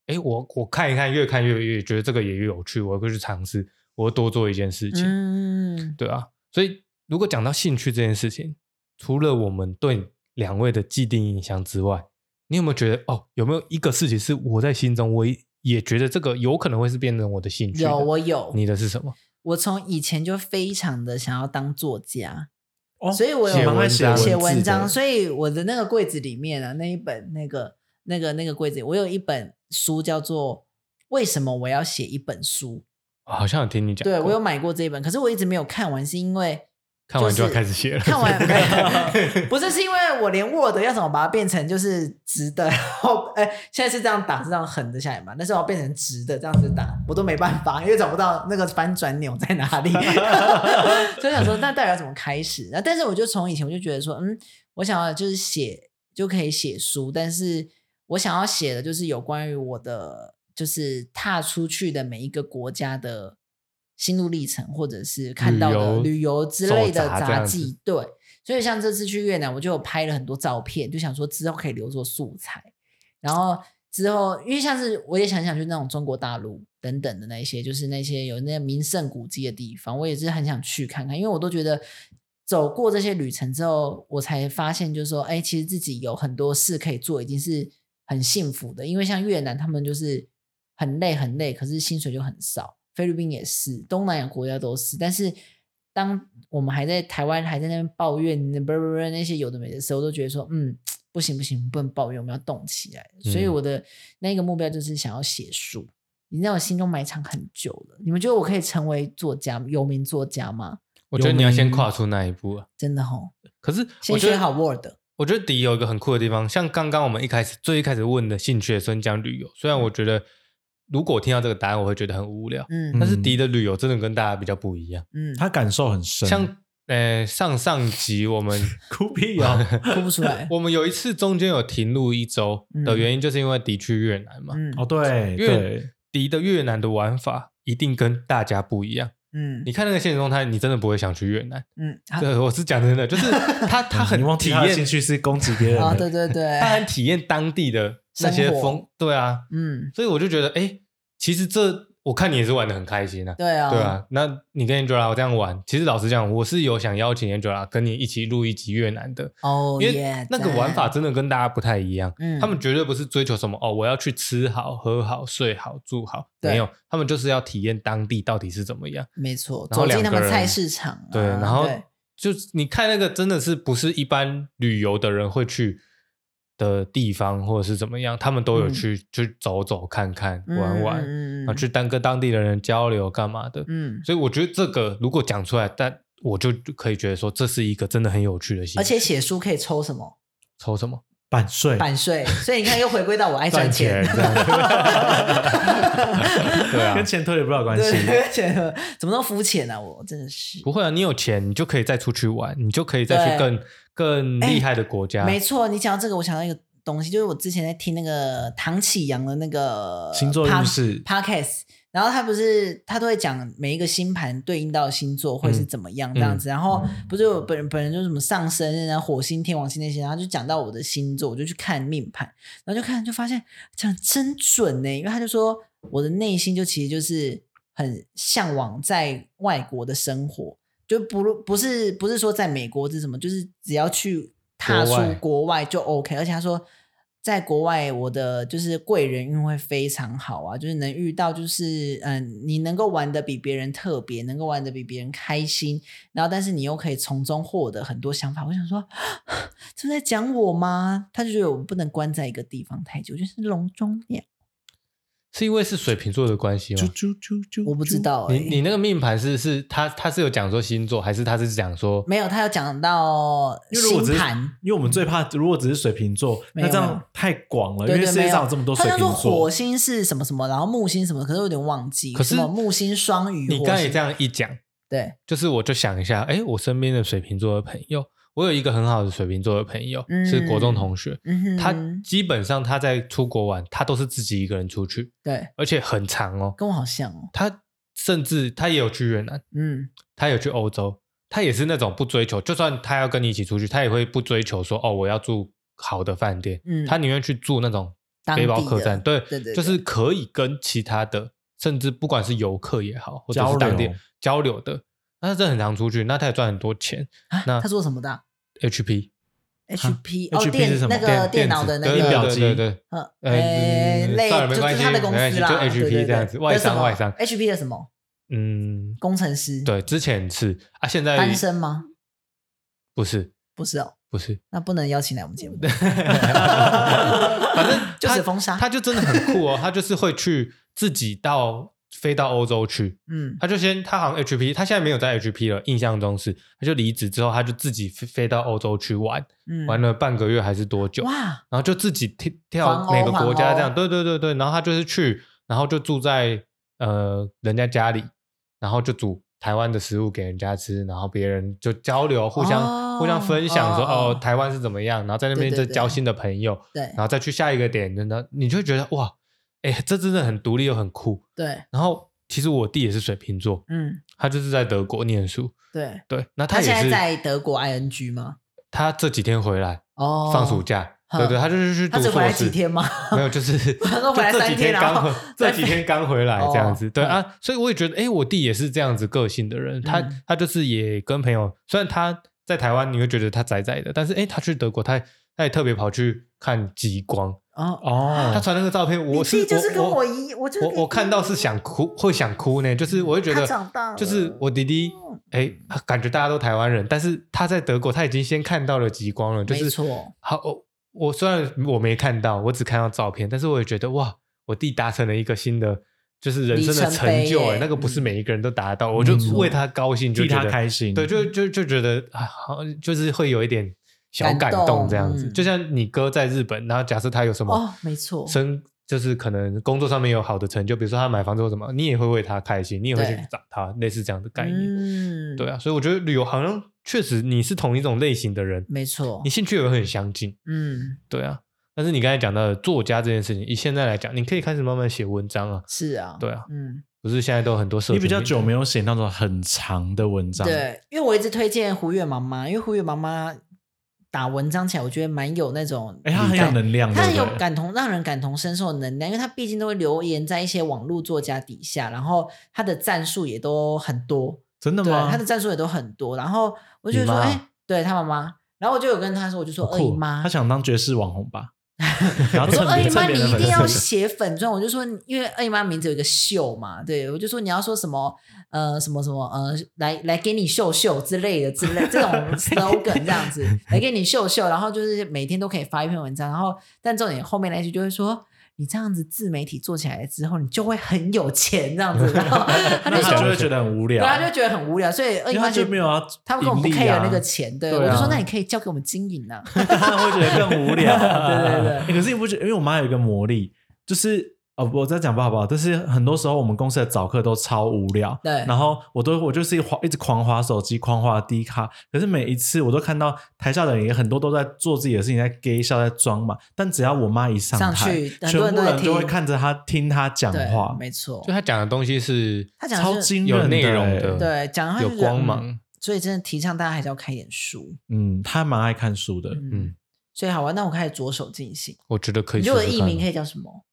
Speaker 1: 哎，我我看一看，越看越越觉得这个也有趣，我会去尝试，我会多做一件事情。
Speaker 2: 嗯，
Speaker 1: 对啊，所以如果讲到兴趣这件事情，除了我们对两位的既定印象之外，你有没有觉得哦，有没有一个事情是我在心中我也也觉得这个有可能会是变成我的兴趣的？
Speaker 2: 有我有，
Speaker 1: 你的是什么？
Speaker 2: 我从以前就非常的想要当作家，
Speaker 3: [laughs] 哦
Speaker 2: 所以我有
Speaker 1: 写文
Speaker 3: 蛮爱
Speaker 1: 章
Speaker 2: 写
Speaker 3: 写
Speaker 2: 文章，
Speaker 3: 所
Speaker 2: 所以我的那个柜子里面啊，那一本那个那个那个柜子里，我有一本书叫做《为什么我要写一本书
Speaker 1: 好像有听你》，讲过，
Speaker 2: 对我有买过这一本，可是我一直没有看完，是因为
Speaker 1: 看完
Speaker 2: 就是
Speaker 1: 就要开始写了。 [laughs]
Speaker 2: 看完不是是因为我连 Word 要怎么把它变成就是直的，然后 [laughs] 哎、现在是这样打，是这样横着下来嘛？但是我要变成直的这样子打，我都没办法，因为找不到那个翻转钮在哪里， [laughs] 所以想说那到底要怎么开始？那但是我就从以前我就觉得说，嗯，我想要就是写就可以写书，但是我想要写的就是有关于我的就是踏出去的每一个国家的心路历程，或者是看到的
Speaker 1: 旅游
Speaker 2: 旅游之类的
Speaker 1: 手札这
Speaker 2: 杂
Speaker 1: 样子
Speaker 2: 技，对。所以像这次去越南，我就有拍了很多照片，就想说之后可以留作素材。然后之后，因为像是我也想想去那种中国大陆等等的那一些，就是那些有那些名胜古迹的地方，我也是很想去看看，因为我都觉得走过这些旅程之后，我才发现就是说，哎，其实自己有很多事可以做，已经是很幸福的。因为像越南，他们就是很累很累，可是薪水就很少。菲律宾也是，东南亚国家都是，但是。当我们还在台湾还在那边抱怨不不不那些有的没的时候，都觉得说，嗯，不行不行，不能抱怨，我们要动起来。所以
Speaker 1: 嗯
Speaker 2: 我的那个目标就是想要写书，已经在我心中埋藏很久了。你们觉得我可以成为作家，有名作家吗？
Speaker 1: 我觉得你要先跨出那一步啊。
Speaker 2: 真的吼，
Speaker 1: 可是我
Speaker 2: 先
Speaker 1: 觉
Speaker 2: 学
Speaker 1: 得
Speaker 2: 好 Word。
Speaker 1: 我觉得迪有一个很酷的地方，像刚刚我们一开始最一开始问的兴趣的时候，你讲旅游，虽
Speaker 2: 嗯
Speaker 1: 然我觉得如果我听到这个答案，我会觉得很无聊，
Speaker 2: 嗯
Speaker 1: 但是迪的旅游真的跟大家比较不一样。
Speaker 2: 嗯，
Speaker 3: 他感受很深，
Speaker 1: 像呃上上集我
Speaker 3: [laughs]
Speaker 1: 们。
Speaker 3: 哭
Speaker 2: [laughs]
Speaker 3: 屁哦，
Speaker 2: 哭不出来
Speaker 1: [laughs] 我们有一次中间有停录一周的
Speaker 2: 嗯
Speaker 1: 原因，就是因为迪去越南嘛。
Speaker 2: 嗯
Speaker 3: 哦对
Speaker 1: 因为
Speaker 3: 对，
Speaker 1: 迪的越南的玩法一定跟大家不一样。
Speaker 2: 嗯
Speaker 1: 你看那个现实动态，你真的不会想去越南。
Speaker 2: 嗯，好
Speaker 1: 对，我是讲真的，就是他
Speaker 3: [laughs]
Speaker 1: 他很
Speaker 3: 啊你忘记
Speaker 1: 体
Speaker 3: 他的兴
Speaker 1: 验，
Speaker 3: 趣是攻击别人
Speaker 2: 啊，
Speaker 3: 的
Speaker 2: 对，对对
Speaker 1: 他，很体验当地的那些
Speaker 2: 生活
Speaker 1: 风。对啊，
Speaker 2: 嗯
Speaker 1: 所以我就觉得，哎，其实这我看你也是玩的很开心啊。
Speaker 2: 对啊，
Speaker 1: 对啊，那你跟 Angela 这样玩，其实老实讲，我是有想邀请 Angela 跟你一起录一集越南的，
Speaker 2: 哦
Speaker 1: 因
Speaker 2: 耶
Speaker 1: 为，那个玩法真的跟大家不太一样。
Speaker 2: 嗯
Speaker 1: 他们绝对不是追求什么哦，我要去吃好、喝好、睡好、住好，
Speaker 2: 对
Speaker 1: 没有，他们就是要体验当地到底是怎么样。
Speaker 2: 没错，
Speaker 1: 然后
Speaker 2: 走进他
Speaker 1: 两个
Speaker 2: 们
Speaker 1: 人
Speaker 2: 菜市场啊，
Speaker 1: 对，然后
Speaker 2: 对
Speaker 1: 就是你看那个真的是不是一般旅游的人会去的地方，或者是怎么样，他们都有
Speaker 2: 嗯
Speaker 1: 去、去走走看看、玩玩，啊、
Speaker 2: 嗯嗯嗯
Speaker 1: 去当跟当地的人交流干嘛的。
Speaker 2: 嗯，
Speaker 1: 所以我觉得这个如果讲出来，但我就可以觉得说这是一个真的很有趣的戏。
Speaker 2: 而且写书可以抽什么
Speaker 1: 抽什么？
Speaker 3: 版税，
Speaker 2: 版税，所以你看又回归到我爱赚钱，
Speaker 1: 这样
Speaker 2: [laughs]
Speaker 3: [laughs]
Speaker 1: 对啊
Speaker 3: 跟，钱脱离不了关系。
Speaker 2: 对，而且怎么那么肤浅啊！我真的是，
Speaker 1: 不会啊，你有钱，你就可以再出去玩，你就可以再去
Speaker 2: 对哎
Speaker 1: 更更厉害的国
Speaker 3: 啊
Speaker 1: 家。
Speaker 2: 没错，你讲到这个，我想到一个东西，就是我之前在听那个唐启阳的那个
Speaker 3: 星座运
Speaker 2: pod-
Speaker 3: 势
Speaker 2: podcast，然后他不是他都会讲每一个星盘对应到的星座会是怎么样这样子，然后不是有本人本人就是什么上升啊、火星、天王星那些，然后他就讲到我的星座，我就去看命盘，然后就看就发现讲真准呢、因为他就说我的内心就其实就是很向往在外国的生活，就不论不是不是说在美国是什么，就是只要去踏
Speaker 1: 国
Speaker 2: 出
Speaker 1: 外
Speaker 2: 国外就 OK，而且他说。在国外，我的就是贵人运会非常好啊，就是能遇到，就是嗯，你能够玩的比别人特别，能够玩的比别人开心，然后但是你又可以从中获得很多想法。我想说， [gasps] 这是在讲我吗？他就觉得我们不能关在一个地方太久，就是笼中鸟。
Speaker 1: 是因为是水瓶座的关系吗
Speaker 3: 啾？啾啾啾，
Speaker 2: 我不知道、欸，
Speaker 1: 你你那个命盘是是他他是有讲说星座，还是他是讲说
Speaker 2: 没有，他有讲到
Speaker 3: 因为如果只
Speaker 2: 星
Speaker 3: 是
Speaker 2: 盘，，
Speaker 3: 因为我们最怕，如果只是水瓶座，
Speaker 2: 没
Speaker 3: 那
Speaker 2: 有
Speaker 3: 这
Speaker 2: 没有
Speaker 3: 样太广
Speaker 1: 哦
Speaker 3: 了，因
Speaker 2: 对
Speaker 3: 为
Speaker 2: 对，
Speaker 3: 世
Speaker 2: 没
Speaker 3: 界
Speaker 2: 有。
Speaker 3: 上有这么多水
Speaker 2: 他
Speaker 3: 瓶
Speaker 2: 叫做火
Speaker 3: 座。
Speaker 2: 星是什么什么，然后木星什么，可是我有点忘记。
Speaker 1: 可是
Speaker 2: 什么木星双鱼，
Speaker 1: 你
Speaker 2: 火
Speaker 1: 刚才
Speaker 2: 星
Speaker 1: 这样一讲，
Speaker 2: 对，
Speaker 1: 就是我就想一下，哎，我身边的水瓶座的朋友，我有一个很好的水瓶座的朋友，
Speaker 2: 嗯
Speaker 1: 是国中同学，
Speaker 2: 嗯哼，
Speaker 1: 他基本上他在出国玩，他都是自己一个人出去，
Speaker 2: 对
Speaker 1: 而且很长哦。
Speaker 2: 跟我好像哦，
Speaker 1: 他甚至他也有去越南，
Speaker 2: 嗯，
Speaker 1: 他有去欧洲，他也是那种不追求，就算他要跟你一起出去，他也会不追求说哦，我要住好的饭店，
Speaker 2: 嗯
Speaker 1: 他宁愿去住那种
Speaker 2: 当
Speaker 1: 背包
Speaker 2: 地
Speaker 1: 客
Speaker 2: 的
Speaker 1: 栈，对，
Speaker 2: 对对
Speaker 1: 就是可以跟其他的，甚至不管是游客也好，或者
Speaker 3: 交
Speaker 1: 是
Speaker 3: 流
Speaker 1: 当
Speaker 2: 哦
Speaker 1: 地交流的，那他真的很常出去，那他也赚很多钱。
Speaker 2: 啊
Speaker 1: 那
Speaker 2: 他做什么的啊
Speaker 1: HP
Speaker 2: ？HP 哦
Speaker 3: HP 是
Speaker 2: 电
Speaker 3: 什么
Speaker 2: 那个电脑
Speaker 1: 子
Speaker 2: 的那
Speaker 1: 对对
Speaker 2: 个
Speaker 3: 表
Speaker 1: 对
Speaker 3: 机
Speaker 1: 对对，
Speaker 2: 呃
Speaker 1: 呃
Speaker 2: 诶类，
Speaker 1: 算了
Speaker 2: 就
Speaker 1: 没
Speaker 2: 是
Speaker 1: 关系
Speaker 2: 他的公
Speaker 1: 没关
Speaker 2: 司
Speaker 1: 系
Speaker 2: 啦，
Speaker 1: 就
Speaker 2: 对
Speaker 1: HP
Speaker 2: 对对
Speaker 1: 这样子
Speaker 2: 的
Speaker 1: 外商
Speaker 2: 什么
Speaker 1: 外商
Speaker 2: ，HP 的什么
Speaker 1: 嗯，
Speaker 2: 工程师？，
Speaker 1: 对，之前是啊，现在
Speaker 2: 单身吗？
Speaker 1: 不是
Speaker 2: 不是哦，
Speaker 1: 不
Speaker 2: [laughs]
Speaker 1: 是，
Speaker 2: 那不能邀请来我们节目。
Speaker 1: [laughs]
Speaker 2: [laughs]
Speaker 1: 反正
Speaker 2: 就
Speaker 1: 他
Speaker 2: 是封杀
Speaker 1: 他就真的很酷哦，他 [laughs] 就是会去自己到飞到欧洲去，
Speaker 2: 嗯，
Speaker 1: 他就先他好像 HP，他现在没有在 HP 了，印象中是，他就离职之后，他就自己飞飞到欧洲去玩，
Speaker 2: 嗯
Speaker 1: 玩了半个月还是多久，
Speaker 2: 哇，
Speaker 1: 然后就自己跳
Speaker 2: 环
Speaker 1: 跳
Speaker 2: 欧
Speaker 1: 每个国家这
Speaker 2: 环欧
Speaker 1: 样，对对对对，然后他就是去，然后就住在呃人家家里，然后就煮台湾的食物给人家吃，然后别人就交流，互相、
Speaker 2: 哦
Speaker 1: 互相分享说
Speaker 2: 哦哦
Speaker 1: 哦台湾是怎么样，然后在那边
Speaker 2: 对对
Speaker 1: 再
Speaker 2: 对
Speaker 1: 交新的朋友，
Speaker 2: 对
Speaker 1: 然后再去下一个点，真的你就会觉得哇，哎、这真的很独立又很酷。
Speaker 2: 对，
Speaker 1: 然后其实我弟也是水瓶座，
Speaker 2: 嗯
Speaker 1: 他就是在德国念书，
Speaker 2: 对。
Speaker 1: 对，那
Speaker 2: 他
Speaker 1: 也
Speaker 2: 现在
Speaker 1: 是
Speaker 2: 在德国 ING 吗？
Speaker 1: 他这几天回来、
Speaker 2: 哦，
Speaker 1: 放暑假，
Speaker 2: 哼
Speaker 1: 对对，他就是去
Speaker 2: 他
Speaker 1: 读
Speaker 2: 只
Speaker 1: 硕士。
Speaker 2: 回来几天吗？
Speaker 1: 没有，就是
Speaker 2: [laughs] 他说回来
Speaker 1: 就这
Speaker 2: 三
Speaker 1: 几
Speaker 2: 天
Speaker 1: 天
Speaker 2: 然
Speaker 1: 刚
Speaker 2: 后
Speaker 1: 回，
Speaker 2: [laughs] 再
Speaker 1: 这
Speaker 2: 飞
Speaker 1: 几天刚回来这样子，
Speaker 2: 哦
Speaker 1: 对
Speaker 2: 嗯
Speaker 1: 啊，所以我也觉得，哎，我弟也是这样子个性的人，他
Speaker 2: 嗯
Speaker 1: 他就是也跟朋友，虽然他在台湾你会觉得他宅宅的，但是哎，他去德国，他他也特别跑去看极光，
Speaker 2: 哦，
Speaker 1: 他
Speaker 3: 哦，
Speaker 1: 传那个照片，我
Speaker 2: 你
Speaker 1: 是
Speaker 2: 弟就是跟
Speaker 1: 我
Speaker 2: 我一我就是
Speaker 1: 我
Speaker 2: 跟
Speaker 1: 我看到是想哭，会想哭呢，就是我会觉
Speaker 2: 他长
Speaker 1: 得
Speaker 2: 大了
Speaker 1: 就是我弟弟。哎，感觉大家都台湾人，但是他在德国，他已经先看到了极光了，就
Speaker 2: 没
Speaker 1: 是
Speaker 2: 错
Speaker 1: 好，我我虽然我没看到，我只看到照片，但是我也觉得哇，我弟达成了一个新的，就是人生的
Speaker 2: 里程碑
Speaker 1: 成就、
Speaker 2: 耶
Speaker 1: 哎，那个不是
Speaker 2: 嗯
Speaker 1: 每一个人都达得到，我
Speaker 3: 没
Speaker 1: 就
Speaker 3: 错
Speaker 1: 为他高兴，就
Speaker 3: 替
Speaker 1: 觉
Speaker 3: 他
Speaker 1: 得
Speaker 3: 开心，
Speaker 1: 对，就就就觉得啊，好，就是会有一点小
Speaker 2: 感
Speaker 1: 感
Speaker 2: 动
Speaker 1: 动这样子。
Speaker 2: 嗯
Speaker 1: 就像你哥在日本，然后假设他有什么
Speaker 2: 哦，没错，
Speaker 1: 生。就是可能工作上面有好的成就，比如说他买房子或什么，你也会为他开心，你也会去
Speaker 2: 对
Speaker 1: 找他，类似这样的概念。
Speaker 2: 嗯，
Speaker 1: 对，啊，所以我觉得旅游好像确实你是同一种类型的人，
Speaker 2: 没错
Speaker 1: 你，兴趣也会很相近。
Speaker 2: 嗯，
Speaker 1: 对啊，但是你刚才讲到的作家这件事情，以现在来讲，你可以开始慢慢写文章啊。
Speaker 2: 是啊，
Speaker 1: 对啊，
Speaker 2: 嗯，
Speaker 1: 不是现在都有很多社
Speaker 3: 你
Speaker 1: 群
Speaker 3: 比较
Speaker 1: 媒体
Speaker 3: 久没有写那种很长的文章，，
Speaker 2: 对，因为我一直推荐胡月妈妈，因为胡月妈妈打文章起来，我觉得蛮有那种
Speaker 3: 哎，他很有
Speaker 2: 感
Speaker 3: 能量，
Speaker 2: 他很
Speaker 3: 对
Speaker 2: 有
Speaker 3: 不对
Speaker 2: 感同，让人感同身受的能量，因为他毕竟都会留言在一些网络作家底下，然后他的战术也都很多，
Speaker 3: 真的
Speaker 2: 对，
Speaker 3: 吗？
Speaker 2: 他的战术也都很多。然后我就觉得说，
Speaker 1: 你妈
Speaker 2: 哎，对他妈妈，然后我就有跟他说，我就说
Speaker 3: 好
Speaker 2: 二姨
Speaker 3: 酷
Speaker 2: 妈
Speaker 3: 他，想当爵士网
Speaker 2: [laughs]
Speaker 3: 红吧？然后
Speaker 2: 我说
Speaker 3: 蹭
Speaker 2: 二姨
Speaker 3: 别
Speaker 2: 妈
Speaker 3: 蹭别
Speaker 2: 你
Speaker 3: 人
Speaker 2: 一定要
Speaker 3: 粉丝
Speaker 2: 写粉钻，我就说你因为二姨妈名字有一个秀嘛，对我就说你要说什么呃什么什么呃来来给你秀秀之类的之类这
Speaker 3: [laughs]
Speaker 2: 种 slogan 这样子来给你秀秀，然后就是每天都可以发一篇文章，然后但重点后面那一句就会说。你这样子自媒体做起来之后，你就会很有钱这样子，然
Speaker 3: [laughs]
Speaker 2: 后他
Speaker 3: 那
Speaker 2: 就
Speaker 3: 他就
Speaker 2: 说，
Speaker 3: 会觉得很无
Speaker 2: 对，
Speaker 3: 聊，
Speaker 2: 他就觉得很无聊，所以二
Speaker 3: 啊
Speaker 2: 姨
Speaker 3: 因为
Speaker 2: 妈
Speaker 3: 他
Speaker 2: 觉
Speaker 3: 就
Speaker 2: 得
Speaker 3: 没有要，
Speaker 2: 他们根本不
Speaker 3: 盈
Speaker 2: care
Speaker 3: 利啊 [laughs]
Speaker 2: 那个钱，对
Speaker 3: 对
Speaker 2: 我就说
Speaker 3: 啊
Speaker 2: 那你可以交给我们经营啊，
Speaker 3: 他会觉得更无
Speaker 2: [laughs]
Speaker 3: 聊。
Speaker 2: 对对对
Speaker 3: 欸可是你不觉得？因为我妈有一个魔力，就是哦，我这样讲不好不好，但是很多时候我们公司的早课都超无聊。
Speaker 2: 对
Speaker 3: 然后我都我就是滑一直狂滑手机，狂滑低卡。可是每一次我都看到台下的人也很多都在做自己的事情，在 gay 笑在装嘛。但只要我妈一上
Speaker 2: 上
Speaker 3: 台，
Speaker 2: 去很
Speaker 3: 全
Speaker 2: 多人
Speaker 3: 部
Speaker 2: 都在
Speaker 3: 人就会
Speaker 2: 听
Speaker 3: 看着她听她讲
Speaker 2: 对
Speaker 3: 话，，
Speaker 2: 没错，
Speaker 1: 就他讲的东西是
Speaker 2: 他讲
Speaker 3: 超
Speaker 2: 的是
Speaker 3: 惊
Speaker 1: 有
Speaker 3: 人
Speaker 1: 内
Speaker 3: 的
Speaker 1: 容
Speaker 3: 欸
Speaker 1: 的
Speaker 2: 对讲的话
Speaker 1: 有
Speaker 2: 就是
Speaker 1: 光
Speaker 2: 嗯
Speaker 1: 芒，
Speaker 2: 所以真的提倡大家还是要看一点书，
Speaker 3: 嗯，她蛮爱看书的。
Speaker 2: 嗯，
Speaker 1: 嗯
Speaker 2: 所以好玩。那我开始着手进行，
Speaker 1: 我觉得可
Speaker 2: 你
Speaker 1: 以试
Speaker 2: 觉
Speaker 1: 试
Speaker 2: 得我
Speaker 1: 看。啊
Speaker 2: 的艺名可以叫什么？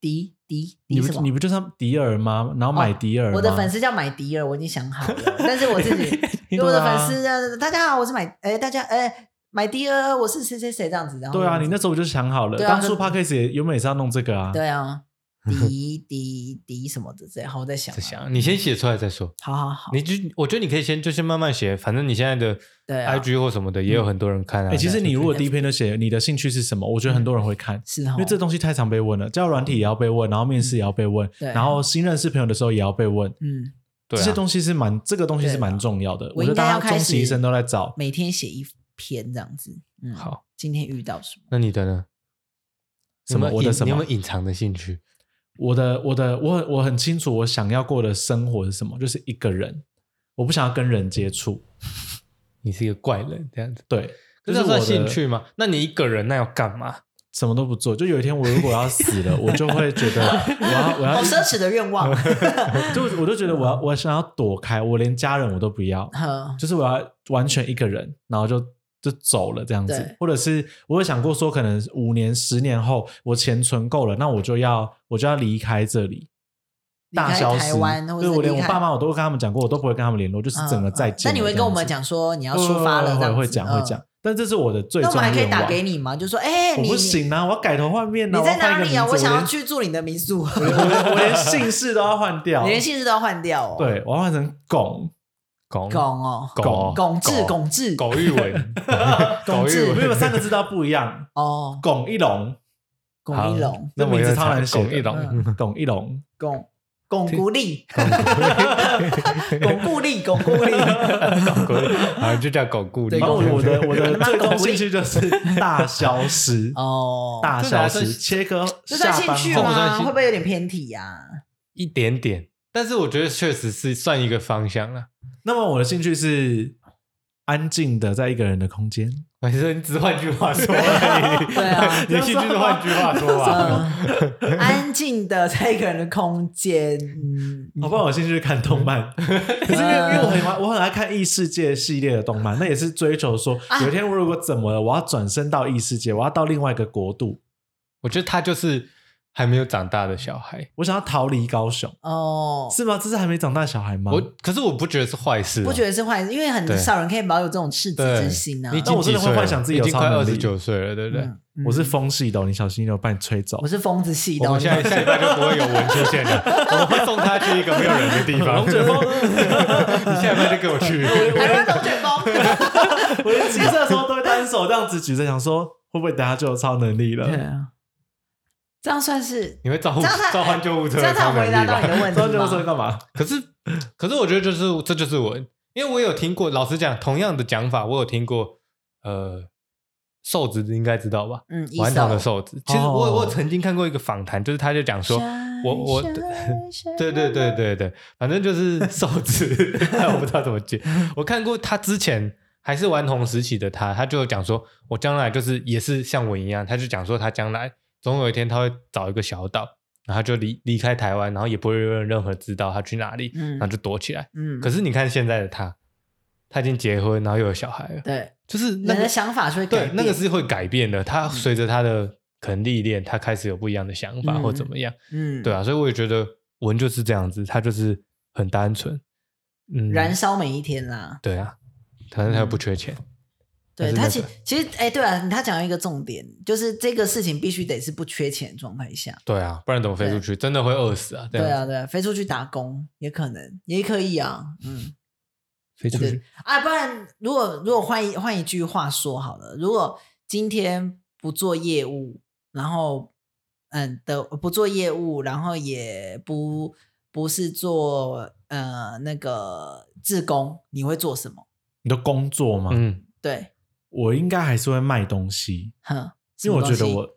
Speaker 2: 迪迪
Speaker 3: 你
Speaker 2: 迪什
Speaker 3: 不
Speaker 2: 么？哦
Speaker 3: 你不就是迪尔吗？然后买迪尔吗、，
Speaker 2: 我的粉丝叫买迪尔，我已经想好了，但是我自己因为我的
Speaker 3: [laughs] 对啊
Speaker 2: 粉丝呃大家好，我是买，哎，大家哎，买迪尔，我是谁谁谁这样子，然后
Speaker 3: 对啊，你那时候我就想好了，
Speaker 2: 对啊
Speaker 3: 当初
Speaker 2: 可
Speaker 3: podcast 也原本也是要弄这个啊。
Speaker 2: 对啊，迪迪迪什么的这样，好，我在想啊
Speaker 1: 在，想，你先写出来再说。
Speaker 2: 好好好，
Speaker 1: 你就我觉得你可以先就先慢慢写，反正你现在的
Speaker 2: 对啊
Speaker 1: IG 或什么的也有很多人看啊。
Speaker 3: 哎、其实你如果第一
Speaker 2: FB
Speaker 3: 篇就写你的兴趣是什么，我觉得很多人会看，
Speaker 2: 是哦哈，
Speaker 3: 因为这东西太常被问了，交友软体也要被问，然后面试也要被问，
Speaker 2: 嗯对啊
Speaker 3: 然后新认识朋友的时候也要被问，
Speaker 2: 嗯，
Speaker 1: 对啊
Speaker 3: 这些东西是蛮这个东西是
Speaker 2: 对啊
Speaker 3: 蛮重要的。
Speaker 2: 我应
Speaker 3: 觉得
Speaker 2: 该
Speaker 3: 大
Speaker 2: 要
Speaker 3: 家
Speaker 2: 开
Speaker 3: 终
Speaker 2: 始
Speaker 3: 其一生都在找，
Speaker 2: 每天写一篇这样子，嗯，
Speaker 1: 好，
Speaker 2: 今天遇到什么？
Speaker 1: 那你的呢？
Speaker 3: 什么
Speaker 1: 你有没有
Speaker 3: 我的
Speaker 1: 隐
Speaker 3: 什么
Speaker 1: 你有没有隐藏的兴趣？
Speaker 3: 我的我的我很我很清楚我想要过的生活是什么，就是一个人，我不想要跟人接触。
Speaker 1: 你是一个怪人这样子，
Speaker 3: 对，
Speaker 1: 这
Speaker 3: 就是我
Speaker 1: 算
Speaker 3: 的
Speaker 1: 兴趣吗？那你一个人那要干嘛？
Speaker 3: 什么都不做，就有一天我如果要死了，我就会觉得我要我要
Speaker 2: 好奢侈的愿
Speaker 3: [laughs]
Speaker 2: 望。
Speaker 3: 就我就觉得我要我想要躲开，我连家人我都
Speaker 2: [laughs]
Speaker 3: 不要，
Speaker 2: 呵
Speaker 3: 就是我要完全一个人，然后就就走了这样子
Speaker 2: 对，
Speaker 3: 或者是我有想过说，可能五年、十年后我钱存够了，那我就要我就要离开这里，
Speaker 2: 离开
Speaker 3: 大消失
Speaker 2: 台湾或。者
Speaker 3: 对
Speaker 2: 是
Speaker 3: 我连我
Speaker 2: 离开嗯
Speaker 3: 爸妈我都跟他们讲过，我都不会跟他们联络，就是整个
Speaker 2: 那
Speaker 3: 再见了这样子。哦
Speaker 2: 你会跟我们讲说你要出发了，这
Speaker 3: 会
Speaker 2: 样
Speaker 3: 会
Speaker 2: 子
Speaker 3: 会讲会讲。，但这是我的
Speaker 2: 嗯
Speaker 3: 最
Speaker 2: 那
Speaker 3: 终
Speaker 2: 我们还可以
Speaker 3: 愿
Speaker 2: 打
Speaker 3: 望。
Speaker 2: 给你吗？就说哎，
Speaker 3: 我
Speaker 2: 你
Speaker 3: 不行啊，我要改头换面啊！
Speaker 2: 你在
Speaker 3: 我要换
Speaker 2: 哪
Speaker 3: 一个
Speaker 2: 里啊？
Speaker 3: 名字
Speaker 2: 我想要
Speaker 3: 连
Speaker 2: 去住你的民宿，
Speaker 3: 我连我连我连姓氏都要换掉，
Speaker 2: [laughs] 你连姓氏都要换掉哦。，
Speaker 3: 对，我要换成拱。
Speaker 1: 狗
Speaker 2: 拱哦，
Speaker 1: 狗
Speaker 2: 拱志拱志
Speaker 1: 狗玉
Speaker 2: [laughs]
Speaker 1: 文，狗玉
Speaker 2: 志
Speaker 1: 文
Speaker 3: 没有三个字都不一样。
Speaker 2: 哦，
Speaker 3: 巩一龙，
Speaker 2: 拱
Speaker 1: 好
Speaker 2: 一龙，
Speaker 1: 那
Speaker 3: 这
Speaker 1: 我
Speaker 3: 名字
Speaker 1: 要
Speaker 3: 超难写
Speaker 1: 讲
Speaker 3: 的。
Speaker 1: 狗一龙，
Speaker 2: [laughs] 嗯
Speaker 3: 巩一龙，
Speaker 2: 拱巩固力， [laughs] 巩固力，巩固
Speaker 3: [laughs]
Speaker 2: 力，
Speaker 1: 狗玉好就叫狗顾里。
Speaker 2: 对
Speaker 3: 然后
Speaker 2: 巩 [laughs]
Speaker 3: 我的我的
Speaker 2: 他妈
Speaker 3: 最
Speaker 2: 巩
Speaker 3: 终
Speaker 2: 固力
Speaker 3: 兴趣就是大消失，
Speaker 2: 哦，
Speaker 3: [laughs] 大消
Speaker 1: 这哪
Speaker 3: 失，
Speaker 1: 算
Speaker 3: 切割
Speaker 2: 这算
Speaker 3: 下
Speaker 2: 兴
Speaker 3: 班
Speaker 2: 趣
Speaker 3: 后哦
Speaker 1: 这算
Speaker 2: 吗？
Speaker 1: 兴
Speaker 2: 会不会有点偏题啊呀？
Speaker 1: 一点点，但是我觉得确实是算一个方向了。
Speaker 3: 那么我的兴趣是安静的在一个人的空间。
Speaker 1: 还是你只换句话说
Speaker 2: [laughs]
Speaker 1: 而已，
Speaker 2: 对啊
Speaker 1: [laughs] 你兴趣是换句话说吧。
Speaker 2: 嗯，安静的在一个人的空间，
Speaker 1: [laughs]
Speaker 2: 嗯，
Speaker 3: 好哦不好？我兴趣是看动漫， [laughs] 可
Speaker 2: [laughs]
Speaker 3: 是因为因为我很爱我很爱看异世界系列的动漫，那也是追求说，
Speaker 2: 啊
Speaker 3: 有一天我如果怎么了，我要转身到异世界，我要到另外一个国度，
Speaker 1: 我觉得他就是还没有长大的小孩，
Speaker 3: 我想要逃离高雄，
Speaker 2: 哦，
Speaker 3: 是吗？这是还没长大的小孩吗？
Speaker 1: 我可是我不觉得是坏事啊、
Speaker 2: 不觉得是坏事，因为很
Speaker 1: 对
Speaker 2: 少人可以保有这种赤子
Speaker 1: 对
Speaker 2: 之心啊
Speaker 1: 你已。
Speaker 3: 那
Speaker 1: 经
Speaker 3: 我真的
Speaker 1: 几岁
Speaker 3: 会幻
Speaker 1: 了
Speaker 3: 想自己
Speaker 1: 已
Speaker 3: 有
Speaker 1: 经
Speaker 3: 超
Speaker 1: 快
Speaker 3: 能
Speaker 1: 二
Speaker 3: 力
Speaker 1: 十九岁了，对不对？
Speaker 2: 嗯嗯
Speaker 3: 我是风系的哦，你小心一点，我把你吹走
Speaker 2: 我。是疯子系的，
Speaker 1: 我
Speaker 2: 哦
Speaker 1: 们现在下礼拜就不会有文出现了，
Speaker 2: [laughs]
Speaker 1: 我们会送他去一个没有人的地方。
Speaker 3: 龙卷风
Speaker 1: [laughs] 你下礼拜就跟我去。
Speaker 2: [laughs] 台湾龙卷
Speaker 1: [laughs]
Speaker 2: 风，
Speaker 3: [laughs] 我连骑车的时候都会单手这样子举着，想说会不会等下就有超能力
Speaker 2: [laughs] 对
Speaker 3: 了？
Speaker 2: 啊，这样
Speaker 1: [laughs]
Speaker 2: 算是
Speaker 1: 你会召唤
Speaker 2: 这样
Speaker 1: 哦
Speaker 2: 他
Speaker 1: 召唤救护车
Speaker 2: 这
Speaker 1: 的
Speaker 2: 样才
Speaker 1: 超能
Speaker 2: 回
Speaker 1: 力
Speaker 2: 答到你
Speaker 1: 吧？
Speaker 2: 的问
Speaker 3: [laughs] 不然
Speaker 2: 题
Speaker 3: 就会说
Speaker 2: 吗？
Speaker 3: 干嘛？
Speaker 1: 可是，可是我觉得就是这就是我，因为我有听过，老实讲，同样的讲法，我有听过。呃，瘦子应该知道吧？
Speaker 2: 嗯，一
Speaker 1: 顽童的
Speaker 2: 首
Speaker 1: 瘦子，其实
Speaker 3: 哦
Speaker 1: 我我曾经看过一个访谈，就是他就讲说，我我 [laughs] 对对对，对对，反正就是瘦
Speaker 2: [laughs]
Speaker 1: 子，但我不知道怎么接。我看过他之前还是顽童时期的他，他就有讲说，我将来就是也是像我一样，他就讲说他将来总有一天他会找一个小岛，然后就离离开台湾，然后也不会有任何人知道他去哪里，
Speaker 2: 嗯
Speaker 1: 然后就躲起来。
Speaker 2: 嗯，
Speaker 1: 可是你看现在的他，他已经结婚，然后又有小孩了，
Speaker 2: 对，
Speaker 1: 就是那
Speaker 2: 人
Speaker 1: 个
Speaker 2: 的想法是会改
Speaker 1: 对
Speaker 2: 变，嗯
Speaker 1: 那个是会改变的。他随着他的可能历练，他开始有不一样的想法
Speaker 2: 嗯
Speaker 1: 或怎么样，
Speaker 2: 嗯，
Speaker 1: 对，啊。所以我也觉得文就是这样子，他就是很单纯，嗯，
Speaker 2: 燃烧嗯每一天啦。
Speaker 1: 对啊，反正他又不缺钱，
Speaker 2: 对
Speaker 1: 但
Speaker 2: 他
Speaker 1: 是
Speaker 2: 其
Speaker 1: 那个
Speaker 2: 其实哎，对啊，他讲到一个重点，就是这个事情必须得是不缺钱的状态下。
Speaker 1: 对啊，不然怎么飞出去？真的会饿死啊！这
Speaker 2: 对
Speaker 1: 样
Speaker 2: 啊，对啊，飞出去打工也可能，也可以啊，嗯，
Speaker 1: 飞出
Speaker 2: 对
Speaker 1: 去，
Speaker 2: 啊，不然如果如果换一换一句话说好了，如果今天不做业务，然后嗯的不做业务，然后也不不是做呃那个志工，你会做什么？
Speaker 3: 你的工作嘛，
Speaker 1: 嗯，
Speaker 2: 对，
Speaker 3: 我应该还是会卖东西，
Speaker 2: 哼，什
Speaker 3: 因为
Speaker 2: 么
Speaker 3: 我觉
Speaker 2: 东
Speaker 3: 得
Speaker 2: 西
Speaker 3: 我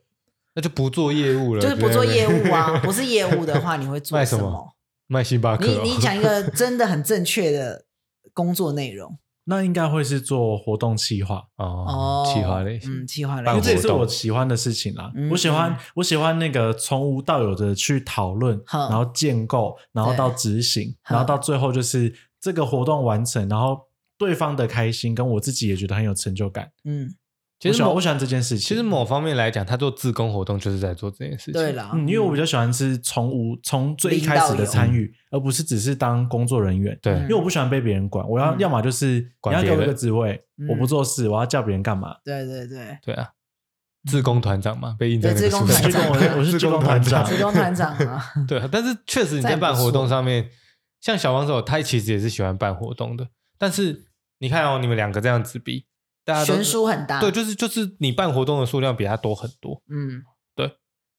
Speaker 1: 那就不做业务了，
Speaker 2: 就是不做
Speaker 1: 对对
Speaker 2: 业
Speaker 1: 对
Speaker 2: 务啊，不是业务的
Speaker 1: [laughs]
Speaker 2: 话，你会做
Speaker 1: 卖
Speaker 2: 什
Speaker 1: 什么
Speaker 2: 么？
Speaker 1: 卖星巴克
Speaker 2: 你
Speaker 1: 哦，
Speaker 2: 你讲
Speaker 1: [laughs]
Speaker 2: 一个真的很正确的工作内容
Speaker 3: 那应该会是做活动企划，
Speaker 1: 哦
Speaker 2: 哦，，
Speaker 1: 企划类型，
Speaker 2: 嗯，企划类
Speaker 1: 办
Speaker 3: 因为这也
Speaker 1: 活
Speaker 3: 是
Speaker 1: 动
Speaker 3: 我喜欢的事情啦。
Speaker 2: 嗯
Speaker 3: 我喜欢
Speaker 2: 嗯
Speaker 3: 我喜欢那个从无到有的去讨论，
Speaker 2: 哼
Speaker 3: 然后建构，然后
Speaker 2: 对
Speaker 3: 到执行，
Speaker 2: 哼
Speaker 3: 然后到最后就是这个活动完成，然后对方的开心跟我自己也觉得很有成就感。
Speaker 2: 嗯，
Speaker 1: 其
Speaker 3: 我
Speaker 1: 实
Speaker 3: 喜欢
Speaker 1: 某
Speaker 3: 我喜欢这件事情。
Speaker 1: 其实某方面来讲，他做自工活动就是在做这件事情。
Speaker 2: 对，啦，
Speaker 3: 嗯，因为我比较喜欢是从无从最一开始的参与，而不是只是当工作人员。
Speaker 1: 对，
Speaker 2: 嗯
Speaker 3: 因为我不喜欢被别人管，我要、
Speaker 2: 嗯
Speaker 3: 要么就是你
Speaker 1: 管
Speaker 3: 要给我
Speaker 1: 别
Speaker 3: 一个
Speaker 1: 人
Speaker 3: 职位，
Speaker 2: 嗯
Speaker 3: 我不做事，我要叫别人干嘛？
Speaker 2: 对对对，
Speaker 1: 对啊，自工团长嘛，被印在那
Speaker 2: 对
Speaker 1: 个书
Speaker 2: 志工团
Speaker 1: 上。
Speaker 2: 长
Speaker 3: 我是我是
Speaker 1: [laughs] 志
Speaker 3: 志
Speaker 1: 工
Speaker 3: 工团
Speaker 1: 团
Speaker 3: 长
Speaker 1: 长，
Speaker 2: 职工团长啊，
Speaker 1: 对啊，但是确实你在办活动上面，像小帮手，他其实也是喜欢办活动的。但是你看哦，你们两个这样子比，大家都
Speaker 2: [laughs] 悬殊啊很大，
Speaker 1: 对，就是就是你办活动的数量比他多很多。
Speaker 2: 嗯，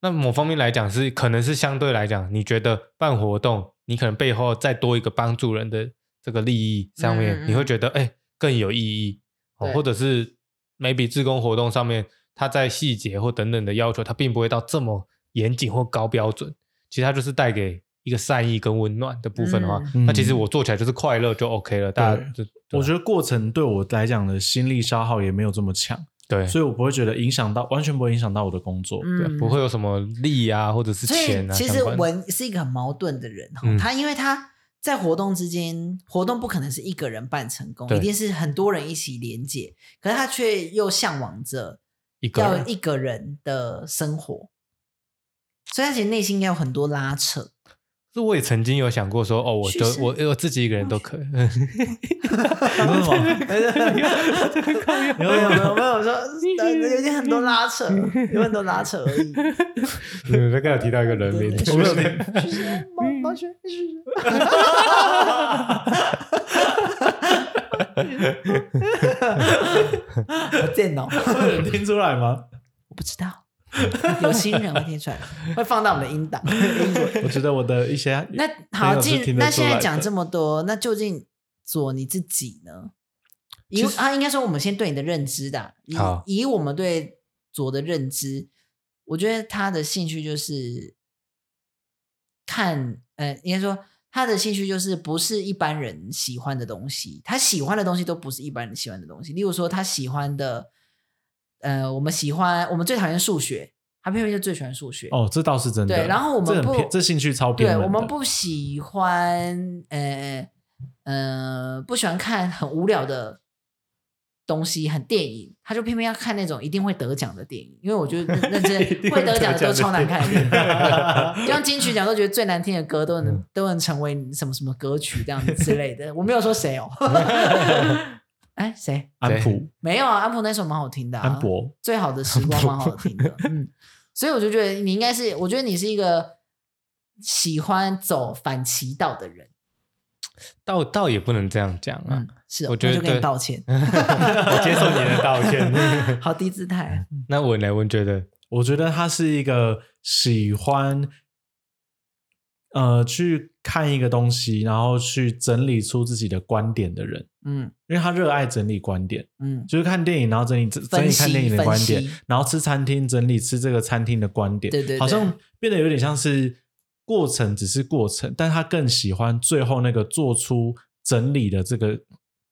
Speaker 1: 那某方面来讲是，可能是相对来讲，你觉得办活动，你可能背后再多一个帮助人的这个利益上面，
Speaker 2: 嗯嗯嗯
Speaker 1: 你会觉得哎、更有意义，哦、
Speaker 2: 对
Speaker 1: 或者是 maybe 志工活动上面，它在细节或等等的要求，它并不会到这么严谨或高标准，其实它就是带给一个善意跟温暖的部分的话，
Speaker 3: 嗯
Speaker 1: 那其实我做起来就是快乐就 OK 了，大家就
Speaker 3: 我觉得过程对我来讲的心力消耗也没有这么强，
Speaker 1: 对。
Speaker 3: 所以我不会觉得影响到，完全不会影响到我的工作。
Speaker 1: 对啊
Speaker 2: 嗯，
Speaker 1: 不会有什么利啊，或者是
Speaker 2: 所以
Speaker 1: 钱啊。
Speaker 2: 其
Speaker 1: 相
Speaker 2: 实
Speaker 1: 关的
Speaker 2: 文是一个很矛盾的人哈、
Speaker 1: 嗯
Speaker 2: 他因为他在活动之间，活动不可能是一个人办成功，
Speaker 1: 对
Speaker 2: 一定是很多人一起连接，可是他却又向往着
Speaker 1: 一个
Speaker 2: 要
Speaker 1: 人
Speaker 2: 一个人的生活，所以他其实内心应该有很多拉扯。
Speaker 1: 是我也曾经有想过说，哦，我
Speaker 2: 去
Speaker 1: 就
Speaker 2: 世
Speaker 1: 我我自己一个人都 [laughs] 可以。
Speaker 3: 你为什么？
Speaker 2: [laughs]
Speaker 3: [laughs]
Speaker 2: 没有没有没 [laughs] 有没有，我说呃有点很多拉扯，有很多拉扯而 [laughs] 已。
Speaker 1: 嗯，刚刚有提到一个人
Speaker 2: 对
Speaker 1: 名
Speaker 2: 对，对
Speaker 1: 我没有听。
Speaker 2: 徐贤毛毛学徐贤电脑，
Speaker 3: 会有人听出来吗？
Speaker 2: [laughs] 我不知道， [laughs] 有心人会听出来，会放到我们的音档。
Speaker 3: 我觉得我的一些
Speaker 2: 那
Speaker 3: 朋
Speaker 2: 好，
Speaker 3: 友是
Speaker 2: 进
Speaker 3: 听得
Speaker 2: 那
Speaker 3: 出
Speaker 2: 现在
Speaker 3: 来
Speaker 2: 讲
Speaker 3: 的
Speaker 2: 这么多，那究竟做你自己呢？因
Speaker 1: 其
Speaker 2: 为
Speaker 1: 实
Speaker 2: 啊，应该说我们先对你的认知的啊，以
Speaker 1: 好
Speaker 2: 以我们对左的认知，我觉得他的兴趣就是看，呃，应该说他的兴趣就是不是一般人喜欢的东西，他喜欢的东西都不是一般人喜欢的东西。例如说，他喜欢的，呃，我们喜欢我们最讨厌数学，他偏偏就最喜欢数学。
Speaker 3: 哦，这倒是真的。
Speaker 2: 对然后我们
Speaker 3: 这很
Speaker 2: 不
Speaker 3: 偏这兴趣超偏
Speaker 2: 对
Speaker 3: 门的
Speaker 2: 我们不喜欢，呃呃，不喜欢看很无聊的东西，很电影，他就偏偏要看那种一定会得奖的电影，因为我觉得认认真
Speaker 3: [laughs] [laughs] 一定
Speaker 2: 会
Speaker 3: 会
Speaker 2: 得
Speaker 3: 得
Speaker 2: 奖的都
Speaker 3: 奖的
Speaker 2: 超难看的电影，
Speaker 3: 影
Speaker 2: [laughs]
Speaker 3: 嗯
Speaker 2: 就像金曲奖都觉得最难听的歌都能都能成为什么什么歌曲这样子之类的，我没有说谁
Speaker 3: [laughs]
Speaker 2: 哦，哎谁
Speaker 3: 安普
Speaker 2: 没有啊？安普那首蛮好听的、啊，
Speaker 3: 安博
Speaker 2: 最好的时光蛮好听的，嗯，所以我就觉得你应该是，我觉得你是一个喜欢走反其道的人，
Speaker 1: [laughs] 倒倒也不能这样讲啊
Speaker 2: 嗯，，是哦、
Speaker 1: 我觉得
Speaker 2: 那就跟你道
Speaker 3: [laughs]
Speaker 2: 歉，
Speaker 1: [laughs] 我接受你的道歉。
Speaker 2: 好低姿态，
Speaker 1: 那我呢？我觉得
Speaker 3: 我觉得他是一个喜欢，呃，去看一个东西，然后去整理出自己的观点的人，
Speaker 2: 嗯
Speaker 3: 因为他热爱整理观点，
Speaker 2: 嗯
Speaker 3: [laughs] 就是看电影，然后整理整整理
Speaker 2: 析
Speaker 3: 看电影的观点
Speaker 2: 分析，
Speaker 3: 然后吃餐厅整理吃这个餐厅的观点，
Speaker 2: 对对对
Speaker 3: 好像变得有点像是过程只是过程，但他更喜欢最后那个做出整理的这个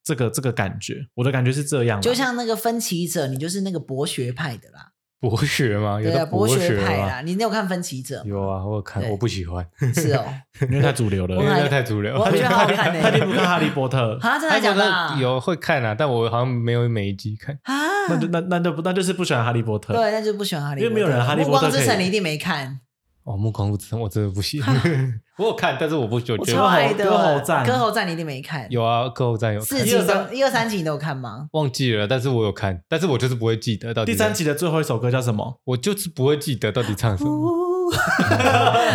Speaker 3: 这个这个感觉。我的感觉是这样啦，
Speaker 2: 就像那个分歧者，你就是那个博学派的啦，
Speaker 1: 博学吗？有
Speaker 2: 对啊，
Speaker 1: 的
Speaker 2: 博
Speaker 1: 学
Speaker 2: 学派
Speaker 1: 吗
Speaker 2: 啦，你你有看分歧者吗？
Speaker 1: 有啊，我有看，
Speaker 2: 对
Speaker 1: 我不喜欢，
Speaker 2: 是哦，
Speaker 3: [laughs] 因为太主流了
Speaker 1: 因为。
Speaker 2: 还
Speaker 1: 那太主流。
Speaker 2: 我觉得好好看呢、
Speaker 3: 他一定不看《哈利
Speaker 2: [laughs]
Speaker 3: 波特》，
Speaker 2: 啊，真的假的啊？
Speaker 1: 有会看啊，但我好像没有每一集看。
Speaker 2: 啊，
Speaker 3: 那就那那就不那就是不喜欢《哈利波特》。
Speaker 2: 对，那就不喜欢哈利波特，
Speaker 3: 因为没有人哈利波特
Speaker 2: 暮光之
Speaker 3: 可以
Speaker 2: 城你一定没看，
Speaker 1: 哦，《暮光之城》我真的不喜欢， [laughs] 我有看，但是我不觉
Speaker 2: 我
Speaker 1: 得
Speaker 2: 超爱的。
Speaker 3: 歌喉战
Speaker 2: 歌喉战你一定没看，
Speaker 1: 有啊，歌后站有看
Speaker 2: 四集
Speaker 3: 一二三
Speaker 2: 都一二三集你都有看吗？
Speaker 1: 忘记了，但是我有看，但是我就是不会记得到底
Speaker 3: 第三，集的最后一首歌叫什么？
Speaker 1: 我就是不会记得到底唱什么。
Speaker 2: 呜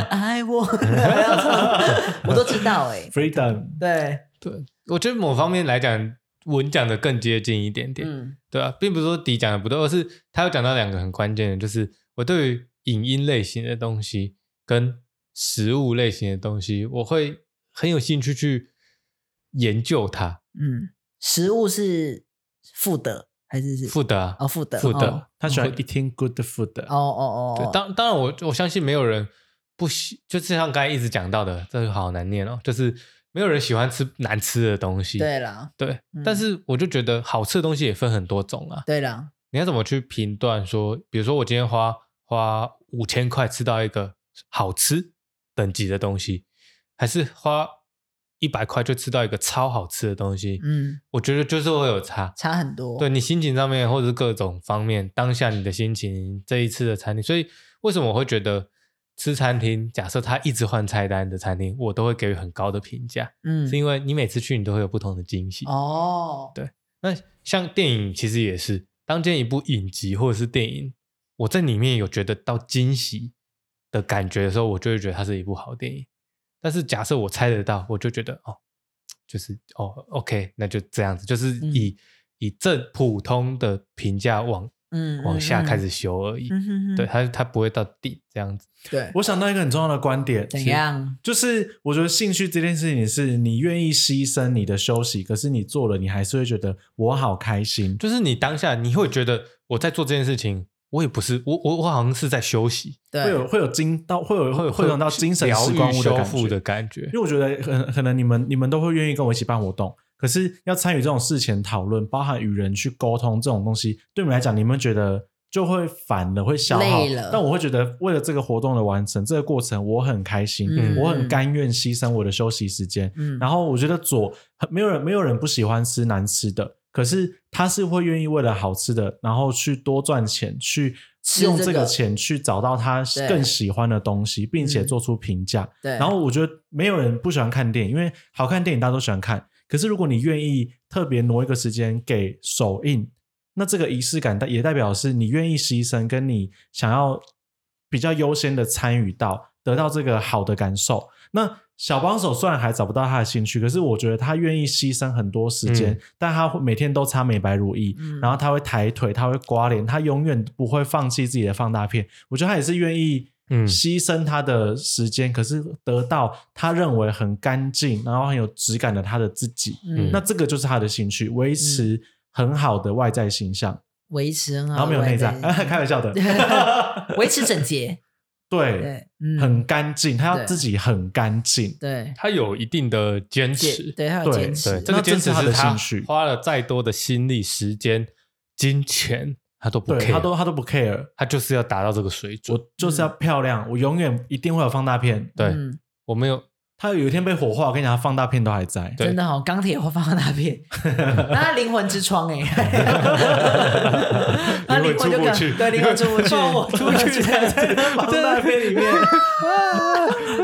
Speaker 2: 爱我， [laughs] 我都知道
Speaker 3: [laughs]
Speaker 2: 哎、
Speaker 3: Freedom。
Speaker 2: 对，
Speaker 1: 对，我觉得某方面来讲，文讲的更接近一点点，
Speaker 2: 嗯
Speaker 1: 对啊，并不是说底讲的不对，而是他有讲到两个很关键的，就是我对于影音类型的东西跟食物类型的东西，我会很有兴趣去研究它。
Speaker 2: 嗯，食物是负的还是是
Speaker 1: 富德啊，
Speaker 2: 哦负的
Speaker 1: 负的
Speaker 2: 哦
Speaker 3: 他喜欢 eating good food 的
Speaker 2: 哦哦
Speaker 1: 对
Speaker 2: 哦，，
Speaker 1: 当当然我我相信没有人不喜，就是像刚才一直讲到的，这个好难念哦，就是没有人喜欢吃难吃的东西。
Speaker 2: 对啦
Speaker 1: 对
Speaker 2: 嗯
Speaker 1: 但是我就觉得好吃的东西也分很多种啊。
Speaker 2: 对啦，
Speaker 1: 你要怎么去评断说，比如说我今天花花五千块吃到一个好吃等级的东西，还是花一百块就吃到一个超好吃的东西？
Speaker 2: 嗯，
Speaker 1: 我觉得就是会有差。
Speaker 2: 差很多，
Speaker 1: 对你心情上面，或者是各种方面，当下你的心情，这一次的餐厅，所以为什么我会觉得吃餐厅，假设他一直换菜单的餐厅，我都会给予很高的评价，
Speaker 2: 嗯
Speaker 1: 是因为你每次去，你都会有不同的惊喜。
Speaker 2: 哦，
Speaker 1: 那像电影其实也是，当见一部影集或者是电影，我在里面有觉得到惊喜的感觉的时候，我就会觉得它是一部好电影。但是假设我猜得到，我就觉得哦，就是哦，OK，那就这样子，就是以、以这普通的评价往
Speaker 2: 嗯，
Speaker 1: 往下
Speaker 2: 嗯
Speaker 1: 开始，修而已。
Speaker 2: 嗯嗯哼哼
Speaker 1: 对，它它不会到底这样子。
Speaker 2: 对，
Speaker 3: 我想到一个很重要的观点，
Speaker 2: 怎样？
Speaker 3: 就是我觉得兴趣这件事情是你愿意牺牲你的休息，可是你做了，你还是会觉得我好开心。
Speaker 1: 就是你当下你会觉得我在做这件事情，我也不是我我我好像是在休息，
Speaker 2: 对，
Speaker 3: 会有会有精到会有
Speaker 1: 会
Speaker 3: 会有到精神
Speaker 1: 疗
Speaker 3: 时
Speaker 1: 愈
Speaker 3: 光屋的
Speaker 1: 修
Speaker 3: 感
Speaker 1: 复
Speaker 3: 觉
Speaker 1: 的，感觉
Speaker 3: 因。为我觉得可可能你们你们都会愿意跟我一起办活动，可是要参与这种事前讨论，包含与人去沟通这种东西，对你们来讲，你们觉得就会烦了，会消耗
Speaker 2: 累了。
Speaker 3: 但我会觉得为了这个活动的完成，这个过程我很开心，
Speaker 2: 嗯
Speaker 3: 我很甘愿牺牲我的休息时间。
Speaker 2: 嗯，
Speaker 3: 然后我觉得左很没有人没有人不喜欢吃难吃的，可是他是会愿意为了好吃的，然后去多赚钱，去
Speaker 2: 吃
Speaker 3: 用
Speaker 2: 这
Speaker 3: 这个
Speaker 2: 个
Speaker 3: 钱去找到他
Speaker 2: 对
Speaker 3: 更喜欢的东西，并且
Speaker 2: 嗯
Speaker 3: 做出评价。
Speaker 2: 对，
Speaker 3: 然后我觉得没有人不喜欢看电影，因为好看的电影大家都喜欢看。可是如果你愿意特别挪一个时间给首映，那这个仪式感代也代表是你愿意牺牲，跟你想要比较优先的参与到，得到这个好的感受。那小帮手虽然还找不到他的兴趣，可是我觉得他愿意牺牲很多时间，
Speaker 1: 嗯
Speaker 3: 但他会每天都擦美白乳液，
Speaker 2: 嗯
Speaker 3: 然后他会抬腿，他会刮脸，他永远不会放弃自己的放大片。我觉得他也是愿意，
Speaker 1: 嗯
Speaker 3: 牺牲他的时间，可是得到他认为很干净，然后很有质感的他的自己。
Speaker 2: 嗯，
Speaker 3: 那这个就是他的兴趣，维持很好的外在形象，
Speaker 2: 维持很好，
Speaker 3: 然后没有内在， [laughs] 开玩笑的。
Speaker 2: 维持整洁，
Speaker 3: 对，
Speaker 2: 对，嗯，
Speaker 3: 很干净，他要
Speaker 2: 对
Speaker 3: 自己很干净。
Speaker 2: 对，
Speaker 1: 他有一定的坚持
Speaker 2: 坚，对，他有
Speaker 3: 对
Speaker 2: 坚
Speaker 1: 对，
Speaker 2: 持，
Speaker 1: 这个
Speaker 3: 那这
Speaker 1: 坚
Speaker 3: 是
Speaker 1: 持
Speaker 3: 他的
Speaker 1: 是他
Speaker 3: 兴趣
Speaker 1: 花了再多的心力、时间、金钱，他都不
Speaker 3: 对
Speaker 1: care，
Speaker 3: 他都他都不 care，
Speaker 1: 他就是要达到这个水准。
Speaker 3: 我就是要漂亮，我永远一定会有放大片。
Speaker 1: 对
Speaker 2: 嗯
Speaker 1: 我没有，
Speaker 3: 他有一天被火化，我跟你讲，他放大片都还在。
Speaker 1: 对
Speaker 2: 真的哦，钢铁会放到那
Speaker 1: [laughs]
Speaker 2: 边，那他灵魂之窗哎，他灵魂就
Speaker 1: 灵魂出不去哦 [laughs]
Speaker 2: 跟对灵魂出不去，
Speaker 3: 放我 [laughs] 出
Speaker 2: [laughs]
Speaker 3: 去
Speaker 2: 在
Speaker 3: 在那放大片
Speaker 2: [laughs]
Speaker 3: 里面，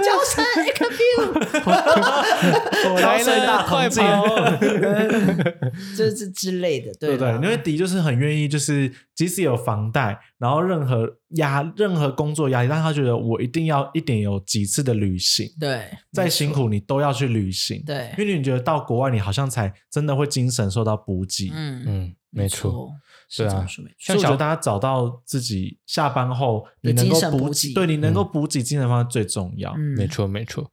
Speaker 2: 交生 A computer，
Speaker 3: 我来了，
Speaker 1: 快
Speaker 3: 快
Speaker 1: 跑！哦
Speaker 3: 跑！
Speaker 2: 这这之类的，对啊
Speaker 3: 对不对？
Speaker 2: 啦
Speaker 3: 因为迪就是很愿意，就是即使有房贷，然后任何压、任何工作压力，但他觉得我一定要一点有几次的旅行，
Speaker 2: 对
Speaker 3: 再辛苦你都要去旅行。，
Speaker 2: 对，
Speaker 3: 因为你觉得到国外，你好像才真的会精神受到补给。
Speaker 2: 嗯，
Speaker 1: 嗯，没错，，
Speaker 2: 是
Speaker 1: 对啊
Speaker 2: 这么说没错
Speaker 3: 所以我觉得大家找到自己下班后你能够
Speaker 2: 精神
Speaker 3: 补
Speaker 2: 补给
Speaker 3: 对你能够补给精神方面最重要。
Speaker 2: 嗯，
Speaker 1: 没错，没错。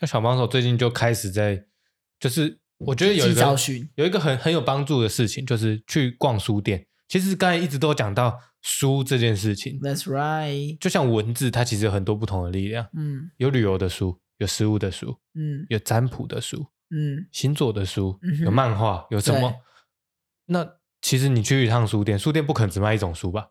Speaker 1: 像小帮手最近就开始在，就是我觉得有
Speaker 2: 自
Speaker 1: 一
Speaker 2: 己找
Speaker 1: 个
Speaker 2: 寻，
Speaker 1: 有一个很很有帮助的事情，就是去逛书店。其实刚才一直都有讲到书这件事情，
Speaker 2: ，That's right，
Speaker 1: 就像文字，它其实有很多不同的力量，
Speaker 2: 嗯
Speaker 1: 有旅游的书，有食物的书，
Speaker 2: 嗯
Speaker 1: 有占卜的书，
Speaker 2: 嗯，
Speaker 1: 星座的书
Speaker 2: 嗯，哼
Speaker 1: 有漫画，有什
Speaker 2: 对
Speaker 1: 么？那其实你去一趟书店，书店不可能只卖一种书吧？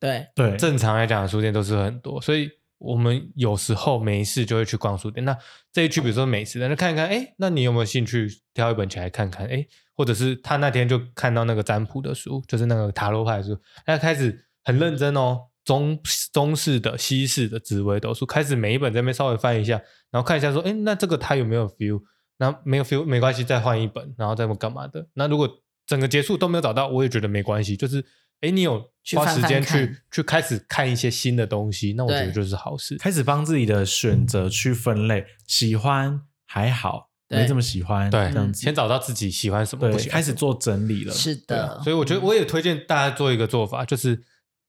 Speaker 2: 对，
Speaker 3: 对，
Speaker 1: 正常来讲，书店都是很多，所以我们有时候没事就会去逛书店。那这一区，比如说美食，那就看一看，哎，那你有没有兴趣挑一本起来看看？哎，或者是他那天就看到那个占卜的书，就是那个塔罗牌的书，他开始很认真哦，中中式的、西式的紫微斗数，开始每一本这边稍微翻一下，然后看一下说，哎，那这个他有没有 feel？那没有 feel 没关系，再换一本，然后再干嘛的？那如果整个结束都没有找到，我也觉得没关系，就是。哎，你有
Speaker 2: 去
Speaker 1: 花
Speaker 2: 翻
Speaker 1: 时
Speaker 2: 翻
Speaker 1: 间
Speaker 2: 看
Speaker 1: 去去开始看一些新的东西，那我觉得
Speaker 2: 对
Speaker 1: 就是好事。
Speaker 3: 开始帮自己的选择去分类，喜欢还好，
Speaker 2: 对
Speaker 3: 没这么喜欢，
Speaker 1: 对
Speaker 3: 这样，子，
Speaker 1: 先找到自己喜欢什么，不
Speaker 3: 对，
Speaker 1: 喜欢
Speaker 3: 开始做整理了，
Speaker 2: 是
Speaker 1: 对
Speaker 2: 的
Speaker 1: 啊。，所以我觉得我也推荐大家做一个做法，就是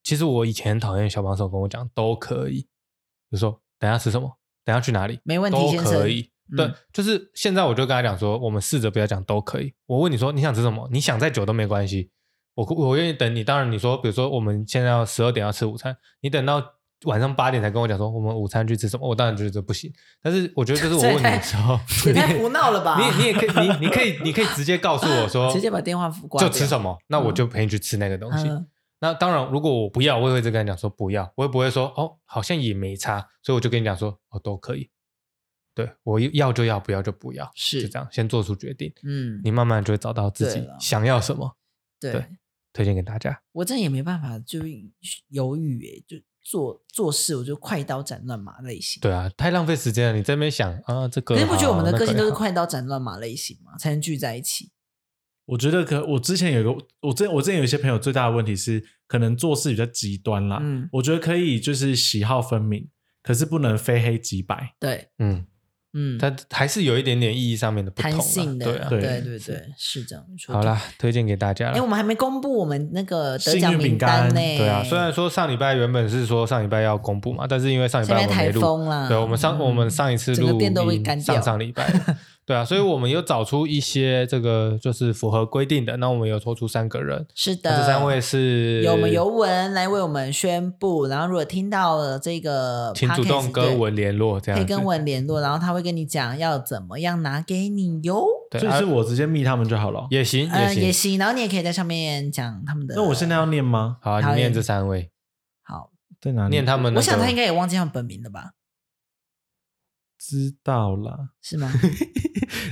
Speaker 1: 其实我以前很讨厌小帮手跟我讲都可以，就说等一下吃什么，等一下去哪里，
Speaker 2: 没问题
Speaker 1: 都
Speaker 2: 先生
Speaker 1: 可以。
Speaker 2: 嗯
Speaker 1: 对，就是现在我就跟他讲说，我们试着不要讲都可以。我问你说你想吃什么，你想再久都没关系，我我愿意等你。当然你说，比如说我们现在要十二点要吃午餐，你等到晚上八点才跟我讲说我们午餐去吃什么，我当然觉得这不行。但是我觉得这是我
Speaker 2: 这也
Speaker 1: 问你的
Speaker 2: 太
Speaker 1: 时
Speaker 2: [laughs]
Speaker 1: 候，
Speaker 2: 也太胡闹了
Speaker 1: [laughs]
Speaker 2: 吧！
Speaker 1: 你
Speaker 2: 嗯
Speaker 1: 你也可以，你你可以，你可以直接告诉我说，
Speaker 2: [laughs] 直接把电话挂
Speaker 1: 就
Speaker 2: 掉
Speaker 1: 吃什么，那我就陪你去吃那个东西。
Speaker 2: 嗯
Speaker 1: 那当然，如果我不要，我也会跟他讲说不要，我也不会说哦，好像也没差，所以我就跟你讲说哦，都可以。对我要就要，不要就不要，
Speaker 2: 是
Speaker 1: 就这样，先做出决定，
Speaker 2: 嗯，
Speaker 1: 你慢慢就会找到自己
Speaker 2: 对了
Speaker 1: 想要什么。
Speaker 2: 对
Speaker 1: 对推荐给大家，
Speaker 2: 我真的也没办法，就是犹豫诶，就做做事我就快刀斩乱麻类型。
Speaker 1: 对啊，太浪费时间了。你在那边想啊，这个
Speaker 2: 可是你不觉得我们的
Speaker 1: 好
Speaker 2: 个性都
Speaker 1: 那
Speaker 2: 是？
Speaker 1: 个好
Speaker 2: 快刀斩乱麻类型吗？才能聚在一起？
Speaker 3: 我觉得可我之前有一个，我之我之前有一些朋友最大的问题是，可能做事比较极端
Speaker 1: 啊
Speaker 3: 啦。
Speaker 2: 嗯，
Speaker 3: 我觉得可以就是喜好分明，可是不能非黑即白。
Speaker 2: 对，
Speaker 1: 嗯，
Speaker 2: 嗯，
Speaker 1: 它还是有一点点意义上面的不同
Speaker 2: 弹
Speaker 1: 啦
Speaker 2: 性的，
Speaker 1: 对啊。
Speaker 2: 对
Speaker 3: 对
Speaker 2: 对对，是这样没错。
Speaker 1: 好啦，推荐给大家了
Speaker 2: 哎，。我们还没公布我们那个得
Speaker 3: 幸
Speaker 2: 奖
Speaker 3: 运
Speaker 2: 名
Speaker 3: 饼
Speaker 2: 单呢
Speaker 3: 干。
Speaker 1: 对啊，虽然说上礼拜原本是说上礼拜要公布嘛，但是因为上礼
Speaker 2: [laughs] 现
Speaker 1: 拜
Speaker 2: 在
Speaker 1: 我们没
Speaker 2: 台
Speaker 1: 录，
Speaker 2: 风啦，
Speaker 1: 对，我们上、
Speaker 2: 嗯
Speaker 1: 我们上一次
Speaker 2: 整个
Speaker 1: 录
Speaker 2: 店都被
Speaker 1: 音
Speaker 2: 干掉
Speaker 1: 上上礼
Speaker 2: [laughs]
Speaker 1: 拜了，对啊，所以我们有找出一些这个就是符合规定的，那我们有抽出三个人，
Speaker 2: 是
Speaker 1: 那
Speaker 2: 的，
Speaker 1: 这三位是
Speaker 2: 有我们尤文来为我们宣布，然后如果听到了这个 podcast，
Speaker 1: 请主动跟文联络这
Speaker 2: 对可
Speaker 1: 样
Speaker 2: 以
Speaker 1: 子
Speaker 2: 跟，文联络，然后他会跟你讲要怎么样拿给你哟。
Speaker 1: 对，
Speaker 3: 所以
Speaker 1: 啊
Speaker 3: 是我直接密他们就好了。
Speaker 1: 也行
Speaker 2: 嗯，也
Speaker 1: 也行，
Speaker 2: 行，然后你也可以在上面讲他们的。
Speaker 3: 那我现在要念吗？
Speaker 1: 好，你
Speaker 2: 好
Speaker 1: 念
Speaker 2: 也
Speaker 1: 这三位，
Speaker 2: 好，
Speaker 3: 在哪里？
Speaker 1: 念他们那个，
Speaker 2: 我想他应该也忘记他们本名了吧？
Speaker 3: 知道啦。
Speaker 2: 是吗？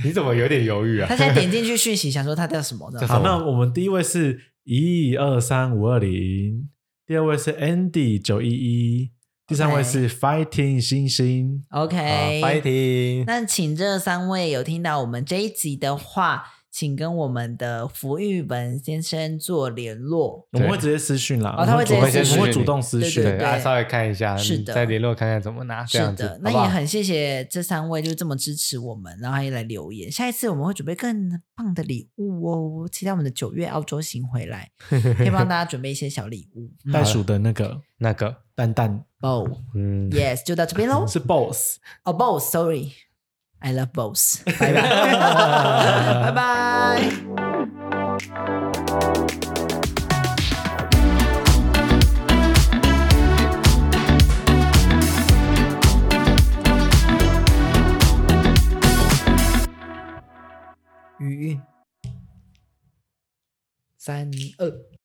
Speaker 1: 你怎么有点犹豫啊
Speaker 2: 他？现在点进去讯息，想说他叫什么的
Speaker 1: 叫。什
Speaker 3: 好，
Speaker 1: 么
Speaker 3: 那我们第一位是一二三五二零，第二位是 Andy 九一一，第三位是 Fighting 星星。
Speaker 2: OK，
Speaker 1: 好，fighting，
Speaker 2: 那请这三位有听到我们这一集的话，请跟我们的福玉文先生做联络。
Speaker 3: 我们会直接私讯啦，
Speaker 2: 哦他会直接
Speaker 3: 我们
Speaker 2: 私讯
Speaker 3: 我们会主动私讯。
Speaker 1: 对，
Speaker 2: 对
Speaker 1: 啊，稍微看一下，
Speaker 2: 是
Speaker 1: 你
Speaker 2: 的
Speaker 1: 再联络看看怎么拿，这
Speaker 2: 是
Speaker 1: 样
Speaker 2: 的
Speaker 1: 子，，
Speaker 2: 那
Speaker 1: 好不
Speaker 2: 也
Speaker 1: 好
Speaker 2: 很谢谢这三位就这么支持我们，然后还来留言。下一次我们会准备更棒的礼物哦，期待我们的九月澳洲行回来，可以帮大家准备一些小礼物。
Speaker 1: [laughs]
Speaker 2: 嗯
Speaker 3: 袋鼠的那个
Speaker 1: 那个，
Speaker 3: 蛋蛋
Speaker 2: Bo
Speaker 1: 嗯。
Speaker 2: yes，就到这边喽。
Speaker 3: 是 Boss。
Speaker 2: 哦，Bo，sorry，I love Bose，拜拜，拜拜。余韵，三二。